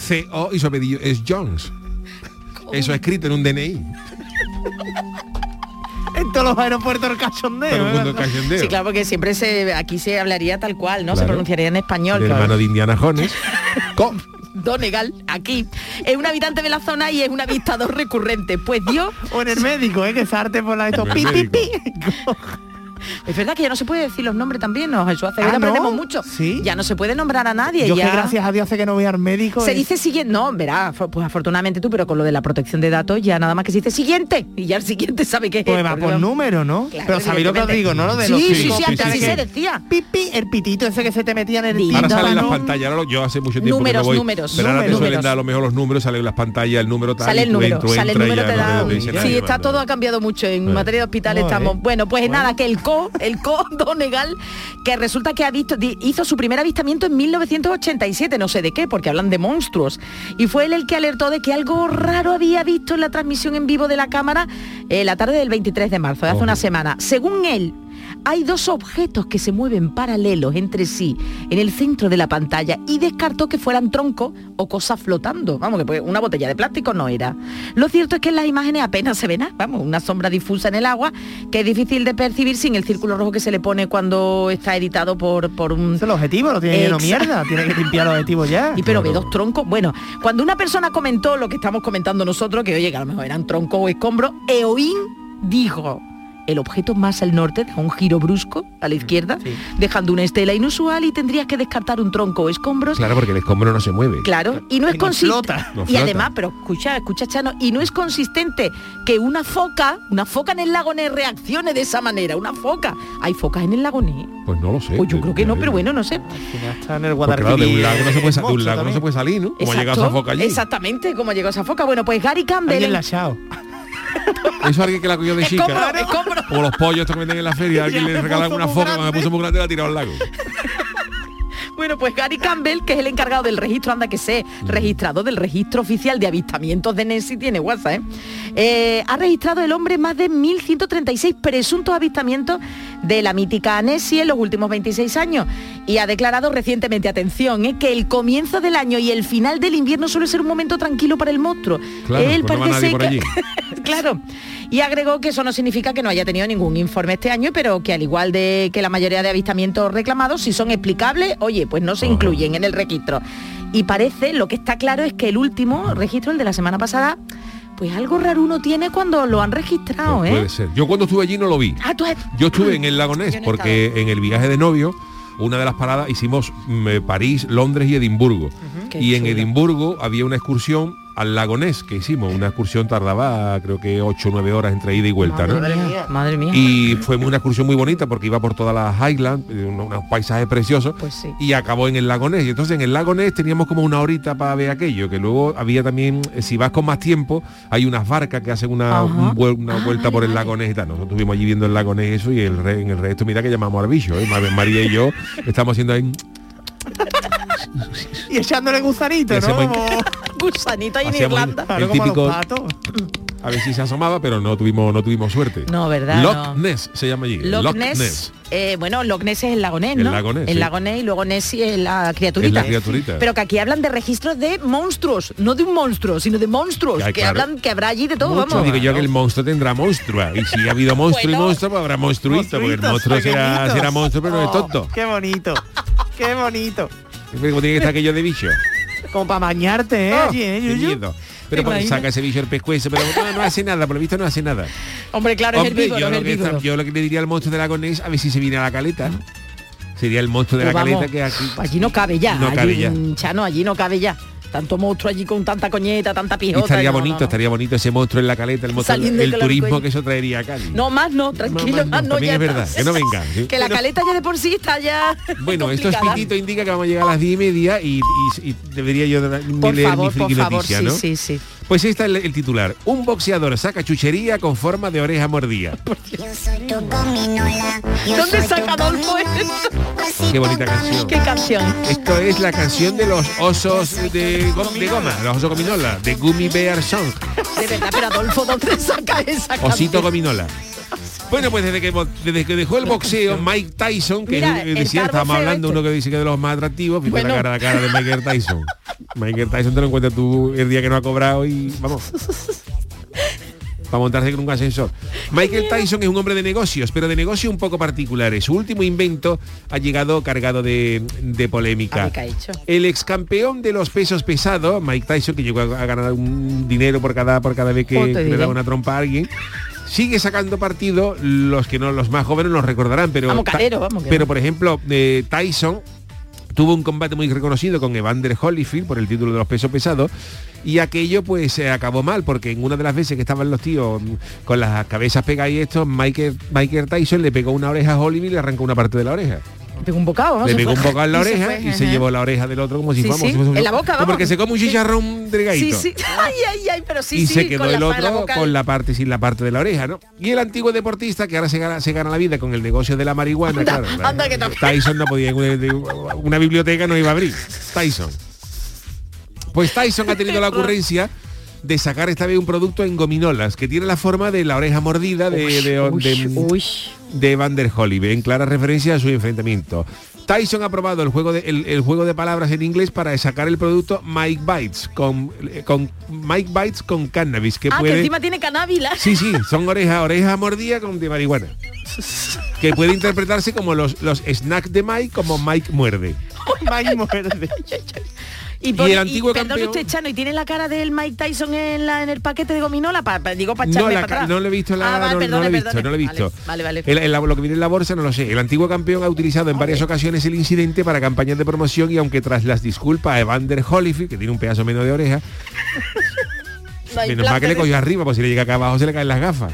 [SPEAKER 5] C-O y su apellido es Jones. Eso escrito en un DNI.
[SPEAKER 6] En todos los aeropuertos el cachondeo.
[SPEAKER 5] Todo el mundo
[SPEAKER 6] ¿verdad?
[SPEAKER 5] cachondeo.
[SPEAKER 4] Sí, claro, porque siempre se aquí se hablaría tal cual, ¿no? Se
[SPEAKER 5] Claro.
[SPEAKER 4] pronunciaría en español.
[SPEAKER 5] El
[SPEAKER 4] claro.
[SPEAKER 5] hermano de Indiana Jones. Co.
[SPEAKER 4] Donegal, aquí. Es un habitante de la zona y es un avistador recurrente. Pues Dios,
[SPEAKER 6] O en el médico, ¿eh? Que sarte por la esto.
[SPEAKER 5] En el
[SPEAKER 6] Pi, pi,
[SPEAKER 5] médico.
[SPEAKER 6] pi.
[SPEAKER 4] es verdad que ya no se puede decir los nombres también, ¿no? Jesús hace
[SPEAKER 6] Ah, ¿no?
[SPEAKER 4] aprendemos mucho.
[SPEAKER 6] Sí.
[SPEAKER 4] Ya no se puede nombrar a nadie.
[SPEAKER 6] Yo
[SPEAKER 4] ya...
[SPEAKER 6] que gracias a Dios sé que no voy al médico.
[SPEAKER 4] Se
[SPEAKER 6] y-
[SPEAKER 4] dice siguiente, no, verá, af- pues afortunadamente tú, pero con lo de la protección de datos ya nada más que se dice siguiente y ya el siguiente sabe qué es.
[SPEAKER 6] Pues va
[SPEAKER 4] porque
[SPEAKER 6] por
[SPEAKER 4] vamos-
[SPEAKER 6] número, ¿no?
[SPEAKER 4] Claro,
[SPEAKER 6] Pero sabéis lo que os digo, ¿no? Lo de
[SPEAKER 4] Sí,
[SPEAKER 6] los
[SPEAKER 4] sí, sí,
[SPEAKER 6] picos,
[SPEAKER 4] antes
[SPEAKER 6] picos,
[SPEAKER 4] así
[SPEAKER 6] sí.
[SPEAKER 4] se decía.
[SPEAKER 6] Pipi, el pitito ese que se te metía en el
[SPEAKER 4] Dito.
[SPEAKER 5] Ahora salen las
[SPEAKER 6] tímpano.
[SPEAKER 5] pantallas, ahora lo- yo hace mucho tiempo
[SPEAKER 4] Números,
[SPEAKER 5] que no voy,
[SPEAKER 4] números,
[SPEAKER 5] pero ahora te
[SPEAKER 4] números.
[SPEAKER 5] suelen dar a lo mejor los números, salen las pantallas, el número tal,
[SPEAKER 4] Sale
[SPEAKER 5] y
[SPEAKER 4] el
[SPEAKER 5] tú
[SPEAKER 4] número,
[SPEAKER 5] entro,
[SPEAKER 4] sale el
[SPEAKER 5] entra y
[SPEAKER 4] número
[SPEAKER 5] ya
[SPEAKER 4] te
[SPEAKER 5] no
[SPEAKER 4] da.
[SPEAKER 5] te Eh.
[SPEAKER 4] un-
[SPEAKER 5] dice
[SPEAKER 4] Sí,
[SPEAKER 5] nadie,
[SPEAKER 4] está
[SPEAKER 5] ¿no?
[SPEAKER 4] todo ha cambiado mucho en
[SPEAKER 5] Vale.
[SPEAKER 4] materia de hospital
[SPEAKER 6] Joder.
[SPEAKER 4] estamos. Bueno, pues
[SPEAKER 6] Bueno.
[SPEAKER 4] nada, que el CO, el CO Donegal, que resulta que ha visto, di- hizo su primer avistamiento en 1987, no sé de qué, porque hablan de monstruos. Y fue él el que alertó de que algo raro había visto en la transmisión en vivo de la cámara eh, la tarde del 23 de marzo, de hace
[SPEAKER 5] Ojo.
[SPEAKER 4] una semana. Según él, hay dos objetos que se mueven paralelos entre sí en el centro de la pantalla y descartó que fueran troncos o cosas flotando. Vamos, que pues, una botella de plástico no era. Lo cierto es que en las imágenes apenas se ve nada, vamos, una sombra difusa en el agua que es difícil de percibir sin el círculo rojo que se le pone cuando está editado por, por un
[SPEAKER 6] Es el objetivo, lo tiene lleno
[SPEAKER 4] Exacto.
[SPEAKER 6] mierda. Tiene que limpiar el objetivo ya.
[SPEAKER 4] y pero ve
[SPEAKER 5] Claro.
[SPEAKER 4] dos troncos. Bueno, cuando una persona comentó lo que estamos comentando nosotros, que oye, que a lo mejor eran troncos o escombros, Eoín dijo, el objeto más al norte da un giro brusco a la
[SPEAKER 5] Mm,
[SPEAKER 4] izquierda,
[SPEAKER 6] sí.
[SPEAKER 4] dejando una estela inusual y tendrías que descartar un tronco o escombros.
[SPEAKER 5] Claro, porque el escombro no se mueve.
[SPEAKER 4] Claro, y no es
[SPEAKER 6] Y no
[SPEAKER 4] consistente.
[SPEAKER 6] flota.
[SPEAKER 5] No
[SPEAKER 4] Y
[SPEAKER 5] flota.
[SPEAKER 4] además, pero escucha, escucha Chano, y no es consistente que una foca, una foca en el lago Ne reaccione de esa manera, una foca. Hay focas en el lago Ne.
[SPEAKER 5] Pues no lo sé.
[SPEAKER 4] Pues yo creo que no, pero bueno, no sé.
[SPEAKER 6] Al final está en el
[SPEAKER 5] Porque, claro,
[SPEAKER 6] Guadalquivir.
[SPEAKER 5] de un lago no se puede, sa- de un
[SPEAKER 6] Monstruo
[SPEAKER 5] lago no se
[SPEAKER 6] también.
[SPEAKER 5] puede salir, ¿no? Como llega esa
[SPEAKER 4] Exacto,
[SPEAKER 5] foca allí.
[SPEAKER 4] Exactamente, como llegó esa foca. Bueno, pues Gary Campbell.
[SPEAKER 6] Alguien
[SPEAKER 4] en-
[SPEAKER 6] la ha echado. Pues
[SPEAKER 5] Eso alguien que la cogió de chica.
[SPEAKER 4] Escombro, escombro.
[SPEAKER 5] Como los pollos que venden en la feria, alguien
[SPEAKER 6] Ya
[SPEAKER 5] le
[SPEAKER 6] me
[SPEAKER 5] regalaron
[SPEAKER 6] puso
[SPEAKER 5] una
[SPEAKER 6] muy
[SPEAKER 5] foca, cuando
[SPEAKER 6] grande.
[SPEAKER 5] me puso muy grande la tiró al lago.
[SPEAKER 4] ¿Eh? Bueno, pues Gary Campbell, que es el encargado del registro, anda que sé,
[SPEAKER 5] Mm.
[SPEAKER 4] registrado del registro oficial de avistamientos de Nessie, tiene WhatsApp, ¿eh? Eh, ha registrado el hombre más de 1.136 presuntos avistamientos de la mítica Nessie en los últimos 26 años y ha declarado recientemente, atención, ¿eh? que el comienzo del año y el final del invierno suele ser un momento tranquilo para el monstruo.
[SPEAKER 5] Claro,
[SPEAKER 4] Él
[SPEAKER 5] pues no va
[SPEAKER 4] parece
[SPEAKER 5] nadie por
[SPEAKER 4] que-
[SPEAKER 5] allí.
[SPEAKER 4] Claro. Y agregó que eso no significa que no haya tenido ningún informe este año, pero que al igual de que la mayoría de avistamientos reclamados, si son explicables, oye, pues no se
[SPEAKER 5] Ajá.
[SPEAKER 4] incluyen en el registro. Y parece, lo que está claro es que el último registro, el de la semana pasada, pues algo raro uno tiene cuando lo han registrado,
[SPEAKER 5] Pues
[SPEAKER 4] ¿eh?
[SPEAKER 5] puede ser. Yo cuando estuve allí no lo vi.
[SPEAKER 4] Ah, tú has-
[SPEAKER 5] Yo estuve en el Lago Ness
[SPEAKER 4] Yo no he
[SPEAKER 5] porque en el viaje de novio, una de las paradas hicimos mm, eh, París, Londres y Edimburgo.
[SPEAKER 4] Qué
[SPEAKER 5] Y en
[SPEAKER 4] chulo.
[SPEAKER 5] Edimburgo había una excursión al Lago Ness que hicimos. Una excursión tardaba creo que 8 o 9 horas entre ida y vuelta, ¿no?
[SPEAKER 4] Madre mía, madre mía.
[SPEAKER 5] Y fue una excursión muy bonita porque iba por todas las Highlands, eh, un- unos paisajes preciosos,
[SPEAKER 4] Pues sí.
[SPEAKER 5] y acabó en el lago Ness. Y entonces en el lago Ness teníamos como una horita para ver aquello, que luego había también, eh, si vas con más tiempo, hay unas barcas que hacen una,
[SPEAKER 4] Ajá.
[SPEAKER 5] un vuel- una
[SPEAKER 4] Ah,
[SPEAKER 5] vuelta
[SPEAKER 4] vale,
[SPEAKER 5] por el
[SPEAKER 4] vale.
[SPEAKER 5] lago Ness y tal. Nosotros estuvimos allí viendo el lago Ness y eso, y el re- en el resto, mira que llamamos al bicho, ¿eh? Mar- María y yo estamos haciendo ahí...
[SPEAKER 6] Y echándole gusanito,
[SPEAKER 5] Y
[SPEAKER 6] ¿no?
[SPEAKER 5] hacemos-
[SPEAKER 6] Como-
[SPEAKER 4] Gusanito ahí en
[SPEAKER 5] Hacíamos-
[SPEAKER 4] Irlanda.
[SPEAKER 6] Claro,
[SPEAKER 5] El
[SPEAKER 6] como a
[SPEAKER 5] típico-
[SPEAKER 6] los patos.
[SPEAKER 5] A ver si se asomaba, pero no tuvimos, no tuvimos suerte.
[SPEAKER 4] No, ¿verdad?
[SPEAKER 5] Loch
[SPEAKER 4] No.
[SPEAKER 5] Ness se llama allí.
[SPEAKER 4] Loch Ness. eh, bueno, Loch Ness es el lago Ness,
[SPEAKER 5] El
[SPEAKER 4] ¿no?
[SPEAKER 5] lago Ness, sí.
[SPEAKER 4] El lago Ness y luego Nessie es la criaturita.
[SPEAKER 5] Es la criaturita.
[SPEAKER 4] Pero que aquí hablan de registros de monstruos, no de un monstruo, sino de monstruos.
[SPEAKER 5] Ya,
[SPEAKER 4] que
[SPEAKER 5] claro.
[SPEAKER 4] hablan que habrá allí de todo,
[SPEAKER 5] Mucho.
[SPEAKER 4] Oh, vamos.
[SPEAKER 5] digo yo que el monstruo tendrá monstrua. Y si ha habido monstruo y
[SPEAKER 4] Bueno.
[SPEAKER 5] monstruo, pues habrá monstruito. Porque el
[SPEAKER 6] Monstruitos,
[SPEAKER 5] monstruo será,
[SPEAKER 6] pequeñitos.
[SPEAKER 5] será monstruo, pero no es
[SPEAKER 6] Oh,
[SPEAKER 5] tonto.
[SPEAKER 6] Qué bonito. Qué bonito.
[SPEAKER 5] Como tiene que estar aquello de bicho.
[SPEAKER 6] Como para bañarte, ¿eh?
[SPEAKER 5] Ah,
[SPEAKER 6] allí, ¿eh,
[SPEAKER 5] qué
[SPEAKER 6] Yuyu?
[SPEAKER 5] miedo. pero
[SPEAKER 4] ¿Te
[SPEAKER 5] porque
[SPEAKER 4] imaginas?
[SPEAKER 5] saca ese bicho el pescuezo, pero no, no hace nada, por lo visto no hace nada.
[SPEAKER 4] Hombre, claro,
[SPEAKER 5] Hombre,
[SPEAKER 4] es herbívoro,
[SPEAKER 5] yo,
[SPEAKER 4] es
[SPEAKER 5] lo que
[SPEAKER 4] herbívoro.
[SPEAKER 5] está- yo lo que le diría al monstruo de la Conés, a ver si se viene a la caleta. Sería el monstruo de
[SPEAKER 4] Pues
[SPEAKER 5] la
[SPEAKER 4] vamos,
[SPEAKER 5] caleta que aquí.
[SPEAKER 4] allí no cabe ya.
[SPEAKER 5] No
[SPEAKER 4] allí
[SPEAKER 5] cabe ya.
[SPEAKER 4] en Chano, allí no cabe ya. Tanto monstruo allí con tanta coñeta, tanta
[SPEAKER 5] Y
[SPEAKER 4] pijota.
[SPEAKER 5] estaría
[SPEAKER 4] no, no,
[SPEAKER 5] bonito,
[SPEAKER 4] no.
[SPEAKER 5] estaría bonito ese monstruo en la caleta, el, monstruo,
[SPEAKER 4] Saliendo
[SPEAKER 5] el
[SPEAKER 4] del
[SPEAKER 5] turismo
[SPEAKER 4] Alcoy.
[SPEAKER 5] que eso traería a Cali.
[SPEAKER 4] No, más no, tranquilo,
[SPEAKER 5] Más no,
[SPEAKER 4] más ah, no,
[SPEAKER 5] también
[SPEAKER 4] ya
[SPEAKER 5] es
[SPEAKER 4] está.
[SPEAKER 5] verdad, que no venga, ¿sí?
[SPEAKER 4] Que la
[SPEAKER 5] Bueno.
[SPEAKER 4] caleta ya de por sí está ya
[SPEAKER 5] Bueno, estos
[SPEAKER 4] complicada.
[SPEAKER 5] pititos indica que vamos a llegar a las 10 y media y, y- y debería yo de- ni
[SPEAKER 4] Por
[SPEAKER 5] leer
[SPEAKER 4] favor,
[SPEAKER 5] mi friki
[SPEAKER 4] por favor,
[SPEAKER 5] noticia,
[SPEAKER 4] sí,
[SPEAKER 5] ¿no?
[SPEAKER 4] sí, sí.
[SPEAKER 5] Pues ahí está el, el titular. Un boxeador saca chuchería con forma de oreja mordida.
[SPEAKER 4] ¿Dónde saca Adolfo esto?
[SPEAKER 5] Qué bonita canción.
[SPEAKER 4] ¿Qué canción?
[SPEAKER 5] Esto es la canción de los osos de, go- de goma, los osos gominola, de Gummy Bear Song,
[SPEAKER 4] De verdad, pero Adolfo, ¿dónde saca esa canción?
[SPEAKER 5] osito gominola. Bueno, pues desde que, bo- desde que dejó el boxeo, Mike Tyson, que
[SPEAKER 4] Mira,
[SPEAKER 5] es- eh,
[SPEAKER 4] el
[SPEAKER 5] decía,
[SPEAKER 4] calvo
[SPEAKER 5] estábamos
[SPEAKER 4] feo
[SPEAKER 5] hablando,
[SPEAKER 4] este.
[SPEAKER 5] uno que dice que es de los más atractivos, fíjate
[SPEAKER 4] Bueno.
[SPEAKER 5] la cara, la cara de Michael Tyson. Michael Tyson te lo encuentras tú el día que no ha cobrado y vamos. Para montarse con un ascensor. Michael Tyson es un hombre de negocios, pero de negocios un poco particulares. Su último invento ha llegado cargado de, de
[SPEAKER 4] A
[SPEAKER 5] polémica.
[SPEAKER 4] ver, ¿qué ha hecho?
[SPEAKER 5] El ex campeón de los pesos pesados, Mike Tyson, que llegó a a ganar un dinero por cada, por cada vez que,
[SPEAKER 4] Pues te
[SPEAKER 5] que le
[SPEAKER 4] diré.
[SPEAKER 5] daba una trompa a alguien, sigue sacando partido, los que no, los más jóvenes los recordarán, pero,
[SPEAKER 4] Vamos,
[SPEAKER 5] ta-
[SPEAKER 4] Calero, vamos, que
[SPEAKER 5] pero
[SPEAKER 4] no.
[SPEAKER 5] por ejemplo, eh, Tyson tuvo un combate muy reconocido con Evander Holyfield por el título de los pesos pesados y aquello pues se acabó mal porque en una de las veces que estaban los tíos mm, con las cabezas pegadas y esto Michael, Michael Tyson le pegó una oreja a Holyfield y le arrancó una parte de la oreja
[SPEAKER 4] Le pegó un bocado, ¿no?
[SPEAKER 5] le
[SPEAKER 4] Se
[SPEAKER 5] pegó un
[SPEAKER 4] fue.
[SPEAKER 5] poco en la
[SPEAKER 4] Y se
[SPEAKER 5] oreja
[SPEAKER 4] fue,
[SPEAKER 5] y se
[SPEAKER 4] ajá.
[SPEAKER 5] llevó la oreja del otro como si
[SPEAKER 4] Sí,
[SPEAKER 5] fuéramos
[SPEAKER 4] sí, en la boca,
[SPEAKER 5] No,
[SPEAKER 4] vamos.
[SPEAKER 5] porque se come un chicharrón
[SPEAKER 4] Sí,
[SPEAKER 5] delgadito
[SPEAKER 4] sí. Ay, ay, ay, pero sí,
[SPEAKER 5] y
[SPEAKER 4] sí.
[SPEAKER 5] se quedó
[SPEAKER 4] con la
[SPEAKER 5] el
[SPEAKER 4] fa- la
[SPEAKER 5] otro
[SPEAKER 4] boca-
[SPEAKER 5] con la parte sin la parte de la oreja, ¿no? Y el antiguo deportista que ahora se gana, se gana la vida con el negocio de la marihuana,
[SPEAKER 4] Anda,
[SPEAKER 5] claro, claro.
[SPEAKER 4] anda, que también.
[SPEAKER 5] Tyson no podía una, una biblioteca no iba a abrir. Tyson. Pues Tyson ha tenido la ocurrencia de sacar esta vez un producto en gominolas que tiene la forma de la oreja mordida de, de- de-
[SPEAKER 4] Uy,
[SPEAKER 5] de Van der Holybe, en clara referencia a su enfrentamiento. Tyson ha probado el juego de, el, el juego de palabras en inglés para sacar el producto Mike Bites con, eh, con Mike Bites con cannabis que
[SPEAKER 4] Ah, que
[SPEAKER 5] puede
[SPEAKER 4] encima tiene cannabis. la-
[SPEAKER 5] Sí, sí, son orejas, orejas mordidas con de marihuana. Que puede interpretarse como los, los snacks de Mike, como Mike muerde.
[SPEAKER 6] Mike muerde.
[SPEAKER 4] Y, pone-
[SPEAKER 5] el antiguo
[SPEAKER 4] perdone
[SPEAKER 5] campeón-
[SPEAKER 4] usted, Chano, ¿y tiene la cara del Mike Tyson en, la, en el paquete de gominola? Pa- pa- digo, para
[SPEAKER 5] No,
[SPEAKER 4] echarle
[SPEAKER 5] la
[SPEAKER 4] para
[SPEAKER 5] ca-
[SPEAKER 4] atrás.
[SPEAKER 5] no lo he visto, la,
[SPEAKER 4] Ah, vale,
[SPEAKER 5] no- no,
[SPEAKER 4] perdone,
[SPEAKER 5] lo he visto,
[SPEAKER 4] perdone.
[SPEAKER 5] no lo he visto.
[SPEAKER 4] Vale, vale.
[SPEAKER 5] El- el- lo que viene en la bolsa no lo sé. El antiguo campeón ha utilizado en varias ocasiones el incidente para campañas de promoción y aunque tras las disculpas a Evander Holyfield, que tiene un pedazo menos de oreja,
[SPEAKER 4] No hay
[SPEAKER 5] menos mal que le
[SPEAKER 4] placer.
[SPEAKER 5] cogió arriba, pues si le llega acá abajo se le caen las gafas.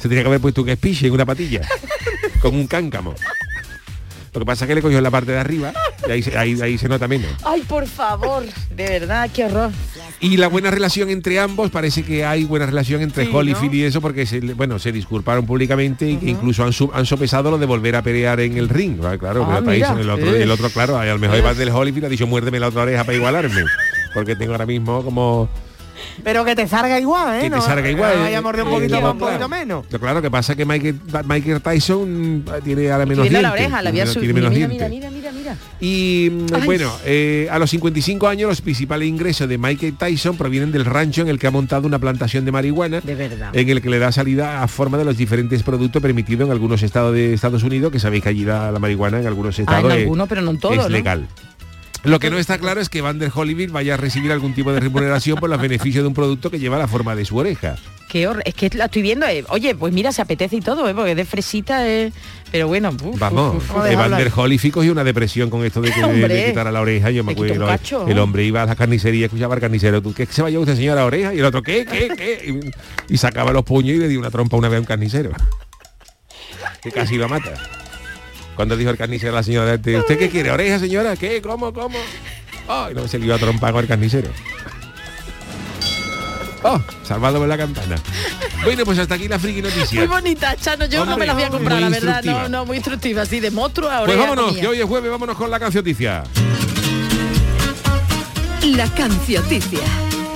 [SPEAKER 5] Se tenía que haber puesto un espiche en una patilla, con un cáncamo. Lo que pasa es que le cogió en la parte de arriba y ahí, se- ahí- ahí se nota menos.
[SPEAKER 4] Ay, por favor, de verdad, qué horror.
[SPEAKER 5] Y la buena relación entre ambos, parece que hay buena relación entre Holyfield y eso, porque se, le- bueno, se disculparon públicamente e incluso han, su- han sopesado lo de volver a pelear en el ring. Ah, Claro,
[SPEAKER 4] Ah,
[SPEAKER 5] pero Tyson,
[SPEAKER 4] mira.
[SPEAKER 5] el otro, y el
[SPEAKER 4] Eh.
[SPEAKER 5] otro, claro, a lo mejor Iván del Holyfield ha dicho muérdeme la otra oreja para igualarme. Porque tengo ahora mismo como
[SPEAKER 6] Pero que te salga igual, ¿eh?
[SPEAKER 5] que te
[SPEAKER 6] No-
[SPEAKER 5] salga igual.
[SPEAKER 6] no Vaya a morder un poquito
[SPEAKER 5] Eh,
[SPEAKER 6] más, un
[SPEAKER 5] claro.
[SPEAKER 6] poquito menos.
[SPEAKER 5] Pero claro, que pasa que Michael, Michael Tyson mm, tiene ahora menos
[SPEAKER 4] Viendo
[SPEAKER 5] dientes.
[SPEAKER 4] la oreja, la había
[SPEAKER 5] Tiene
[SPEAKER 4] subido. Mira,
[SPEAKER 5] menos
[SPEAKER 4] mira,
[SPEAKER 5] dientes.
[SPEAKER 4] mira, mira, mira, mira.
[SPEAKER 5] Y mm,
[SPEAKER 4] Ay.
[SPEAKER 5] bueno, eh, a los 55 años los principales ingresos de Michael Tyson provienen del rancho en el que ha montado una plantación de marihuana.
[SPEAKER 4] De verdad.
[SPEAKER 5] En el que le da salida a forma de los diferentes productos permitidos en algunos estados de Estados Unidos, que sabéis que allí la, la marihuana en algunos
[SPEAKER 4] Ah,
[SPEAKER 5] estados
[SPEAKER 4] en
[SPEAKER 5] es-
[SPEAKER 4] algunos, pero no en todos,
[SPEAKER 5] es
[SPEAKER 4] ¿no?
[SPEAKER 5] legal. Lo que no está claro es que Van der Holyfield vaya a recibir algún tipo de remuneración por los beneficios de un producto que lleva la forma de su oreja.
[SPEAKER 4] Qué horror. Es que la estoy viendo. eh. Oye, pues mira, se apetece y todo, eh, porque es de fresita, eh. pero bueno. uf, uf,
[SPEAKER 5] Vamos,
[SPEAKER 4] uf.
[SPEAKER 6] vamos a
[SPEAKER 5] Evander
[SPEAKER 6] hablar.
[SPEAKER 5] Holyfield cogió una depresión con esto de que le,
[SPEAKER 4] Hombre.
[SPEAKER 5] le quitara la oreja. Yo me
[SPEAKER 4] Le quitó
[SPEAKER 5] acuerdo,
[SPEAKER 4] un
[SPEAKER 5] el-
[SPEAKER 4] cacho,
[SPEAKER 5] el
[SPEAKER 4] ¿no?
[SPEAKER 5] hombre iba a la carnicería, escuchaba al carnicero, tú, ¿qué que se vaya usted señora a la oreja? Y el otro, ¿qué? ¿Qué? ¿Qué? Y, y sacaba los puños y le dio una trompa una vez a un carnicero. Que casi lo mata. Cuando dijo el carnicero a la señora, de- ¿usted qué quiere? ¿Oreja, señora? ¿Qué? ¿Cómo? ¿Cómo? Oh, y no se le iba a trompar con el carnicero. Oh, salvado por la campana. Bueno, pues hasta aquí la friki noticia.
[SPEAKER 4] Muy bonita, Chano. Yo no
[SPEAKER 5] Hombre,
[SPEAKER 4] me las voy a comprar, la
[SPEAKER 5] muy
[SPEAKER 4] verdad.
[SPEAKER 5] instructiva.
[SPEAKER 4] No, no, muy instructiva, así de monstruo ahora.
[SPEAKER 5] Pues
[SPEAKER 4] ya
[SPEAKER 5] vámonos,
[SPEAKER 4] comía.
[SPEAKER 5] que hoy es jueves, vámonos con la cancioticia.
[SPEAKER 2] La cancioticia.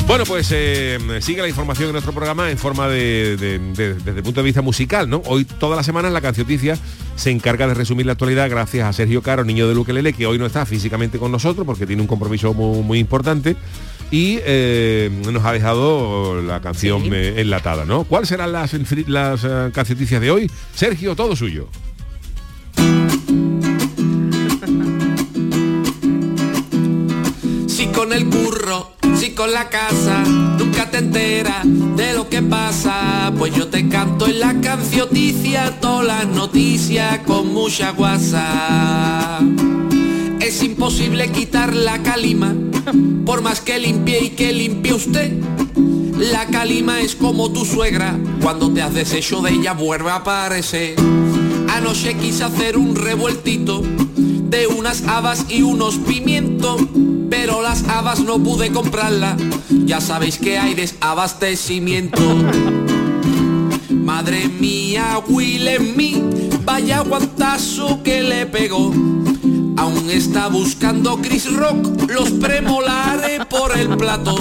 [SPEAKER 5] Bueno, pues eh, sigue la información de nuestro programa en forma de, de- de- desde el punto de vista musical, ¿no? Hoy, todas las semanas, la cancioticia se encarga de resumir la actualidad gracias a Sergio Caro, niño de Luquelele, que hoy no está físicamente con nosotros porque tiene un compromiso muy, muy importante y eh, nos ha dejado la canción
[SPEAKER 4] Sí.
[SPEAKER 5] eh, enlatada, ¿no? ¿Cuáles serán las, enfri- las eh, cancioticias de hoy? Sergio, todo suyo.
[SPEAKER 8] Si con el curro Si con la casa nunca te enteras de lo que pasa, pues yo te canto en la cancioticia todas las noticias con mucha guasa. Es imposible quitar la calima, por más que limpie y que limpie usted. La calima es como tu suegra, cuando te has deshecho de ella vuelve a aparecer. Anoche quise hacer un revueltito de unas habas y unos pimientos, pero las habas no pude comprarlas. Ya sabéis que hay desabastecimiento. Madre mía, Willemy, vaya guantazo que le pegó. Aún está buscando Chris Rock los premolares por el plato.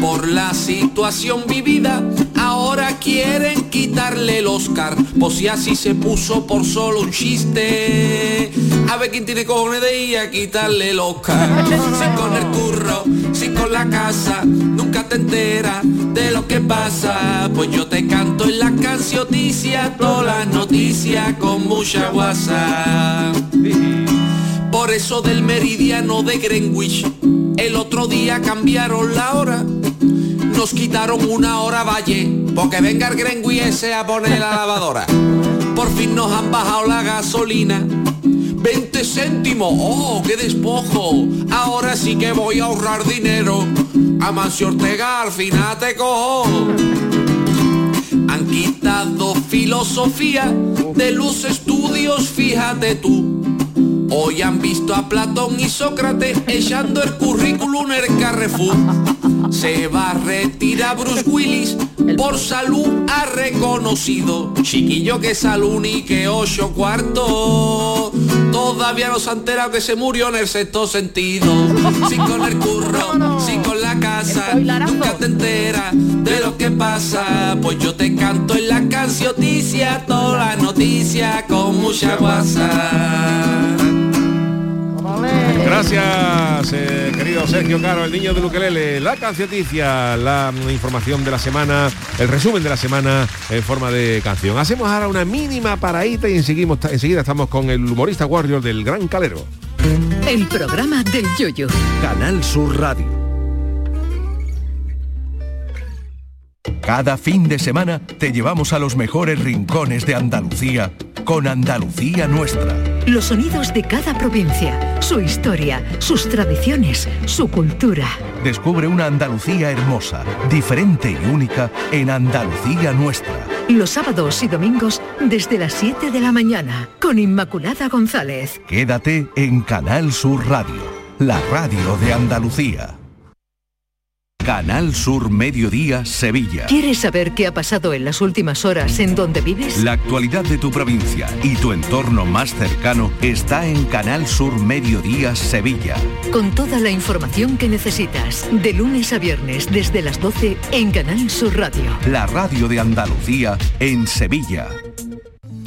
[SPEAKER 8] Por la situación vivida, ahora quieren quitarle el Oscar. Pues si así se puso por solo un chiste. A ver quién tiene cojones de ir a quitarle el Oscar. Si con el curro, si con la casa, nunca te enteras de lo que pasa. Pues yo te canto en la cancioticia, todas las noticias con mucha guasa. Por eso del meridiano de Greenwich, el otro día cambiaron la hora. Nos quitaron una hora valle, porque venga el Greenwich ese a poner la lavadora. Por fin nos han bajado la gasolina. 20 céntimos, oh, qué despojo. Ahora sí que voy a ahorrar dinero. A Mancio Ortega al final te cojo. Han quitado filosofía de luz estudios, fíjate tú. Hoy han visto a Platón y Sócrates echando el currículum en el Carrefour. Se va a retirar Bruce Willis, por salud ha reconocido. Chiquillo que salud y que ocho cuartos. Todavía no se ha enterado que se murió en el sexto sentido. Si con el curro, si con la casa,
[SPEAKER 4] Spoilerazo.
[SPEAKER 8] nunca te enteras de lo que pasa. Pues yo te canto en la cancioticia, toda la noticia con mucha guasa.
[SPEAKER 5] Gracias, eh, querido Sergio Caro, el niño de Luquelele, la cancioticia, la mm, información de la semana, el resumen de la semana en forma de canción. Hacemos ahora una mínima paradita y seguimos- enseguida estamos con el humorista Warrior del Gran Calero.
[SPEAKER 2] El programa del yoyo.
[SPEAKER 9] Canal Sur Radio. Cada fin de semana te llevamos a los mejores rincones de Andalucía con Andalucía Nuestra.
[SPEAKER 2] Los sonidos de cada provincia, su historia, sus tradiciones, su cultura.
[SPEAKER 9] Descubre una Andalucía hermosa, diferente y única en Andalucía Nuestra.
[SPEAKER 2] Los sábados y domingos desde las 7 de la mañana con Inmaculada González.
[SPEAKER 9] Quédate en Canal Sur Radio, la radio de Andalucía. Canal Sur Mediodía Sevilla.
[SPEAKER 2] ¿Quieres saber qué ha pasado en las últimas horas en donde vives?
[SPEAKER 9] La actualidad de tu provincia y tu entorno más cercano está en Canal Sur Mediodía Sevilla.
[SPEAKER 2] Con toda la información que necesitas, de lunes a viernes desde las 12 en Canal Sur Radio.
[SPEAKER 9] La radio de Andalucía en Sevilla.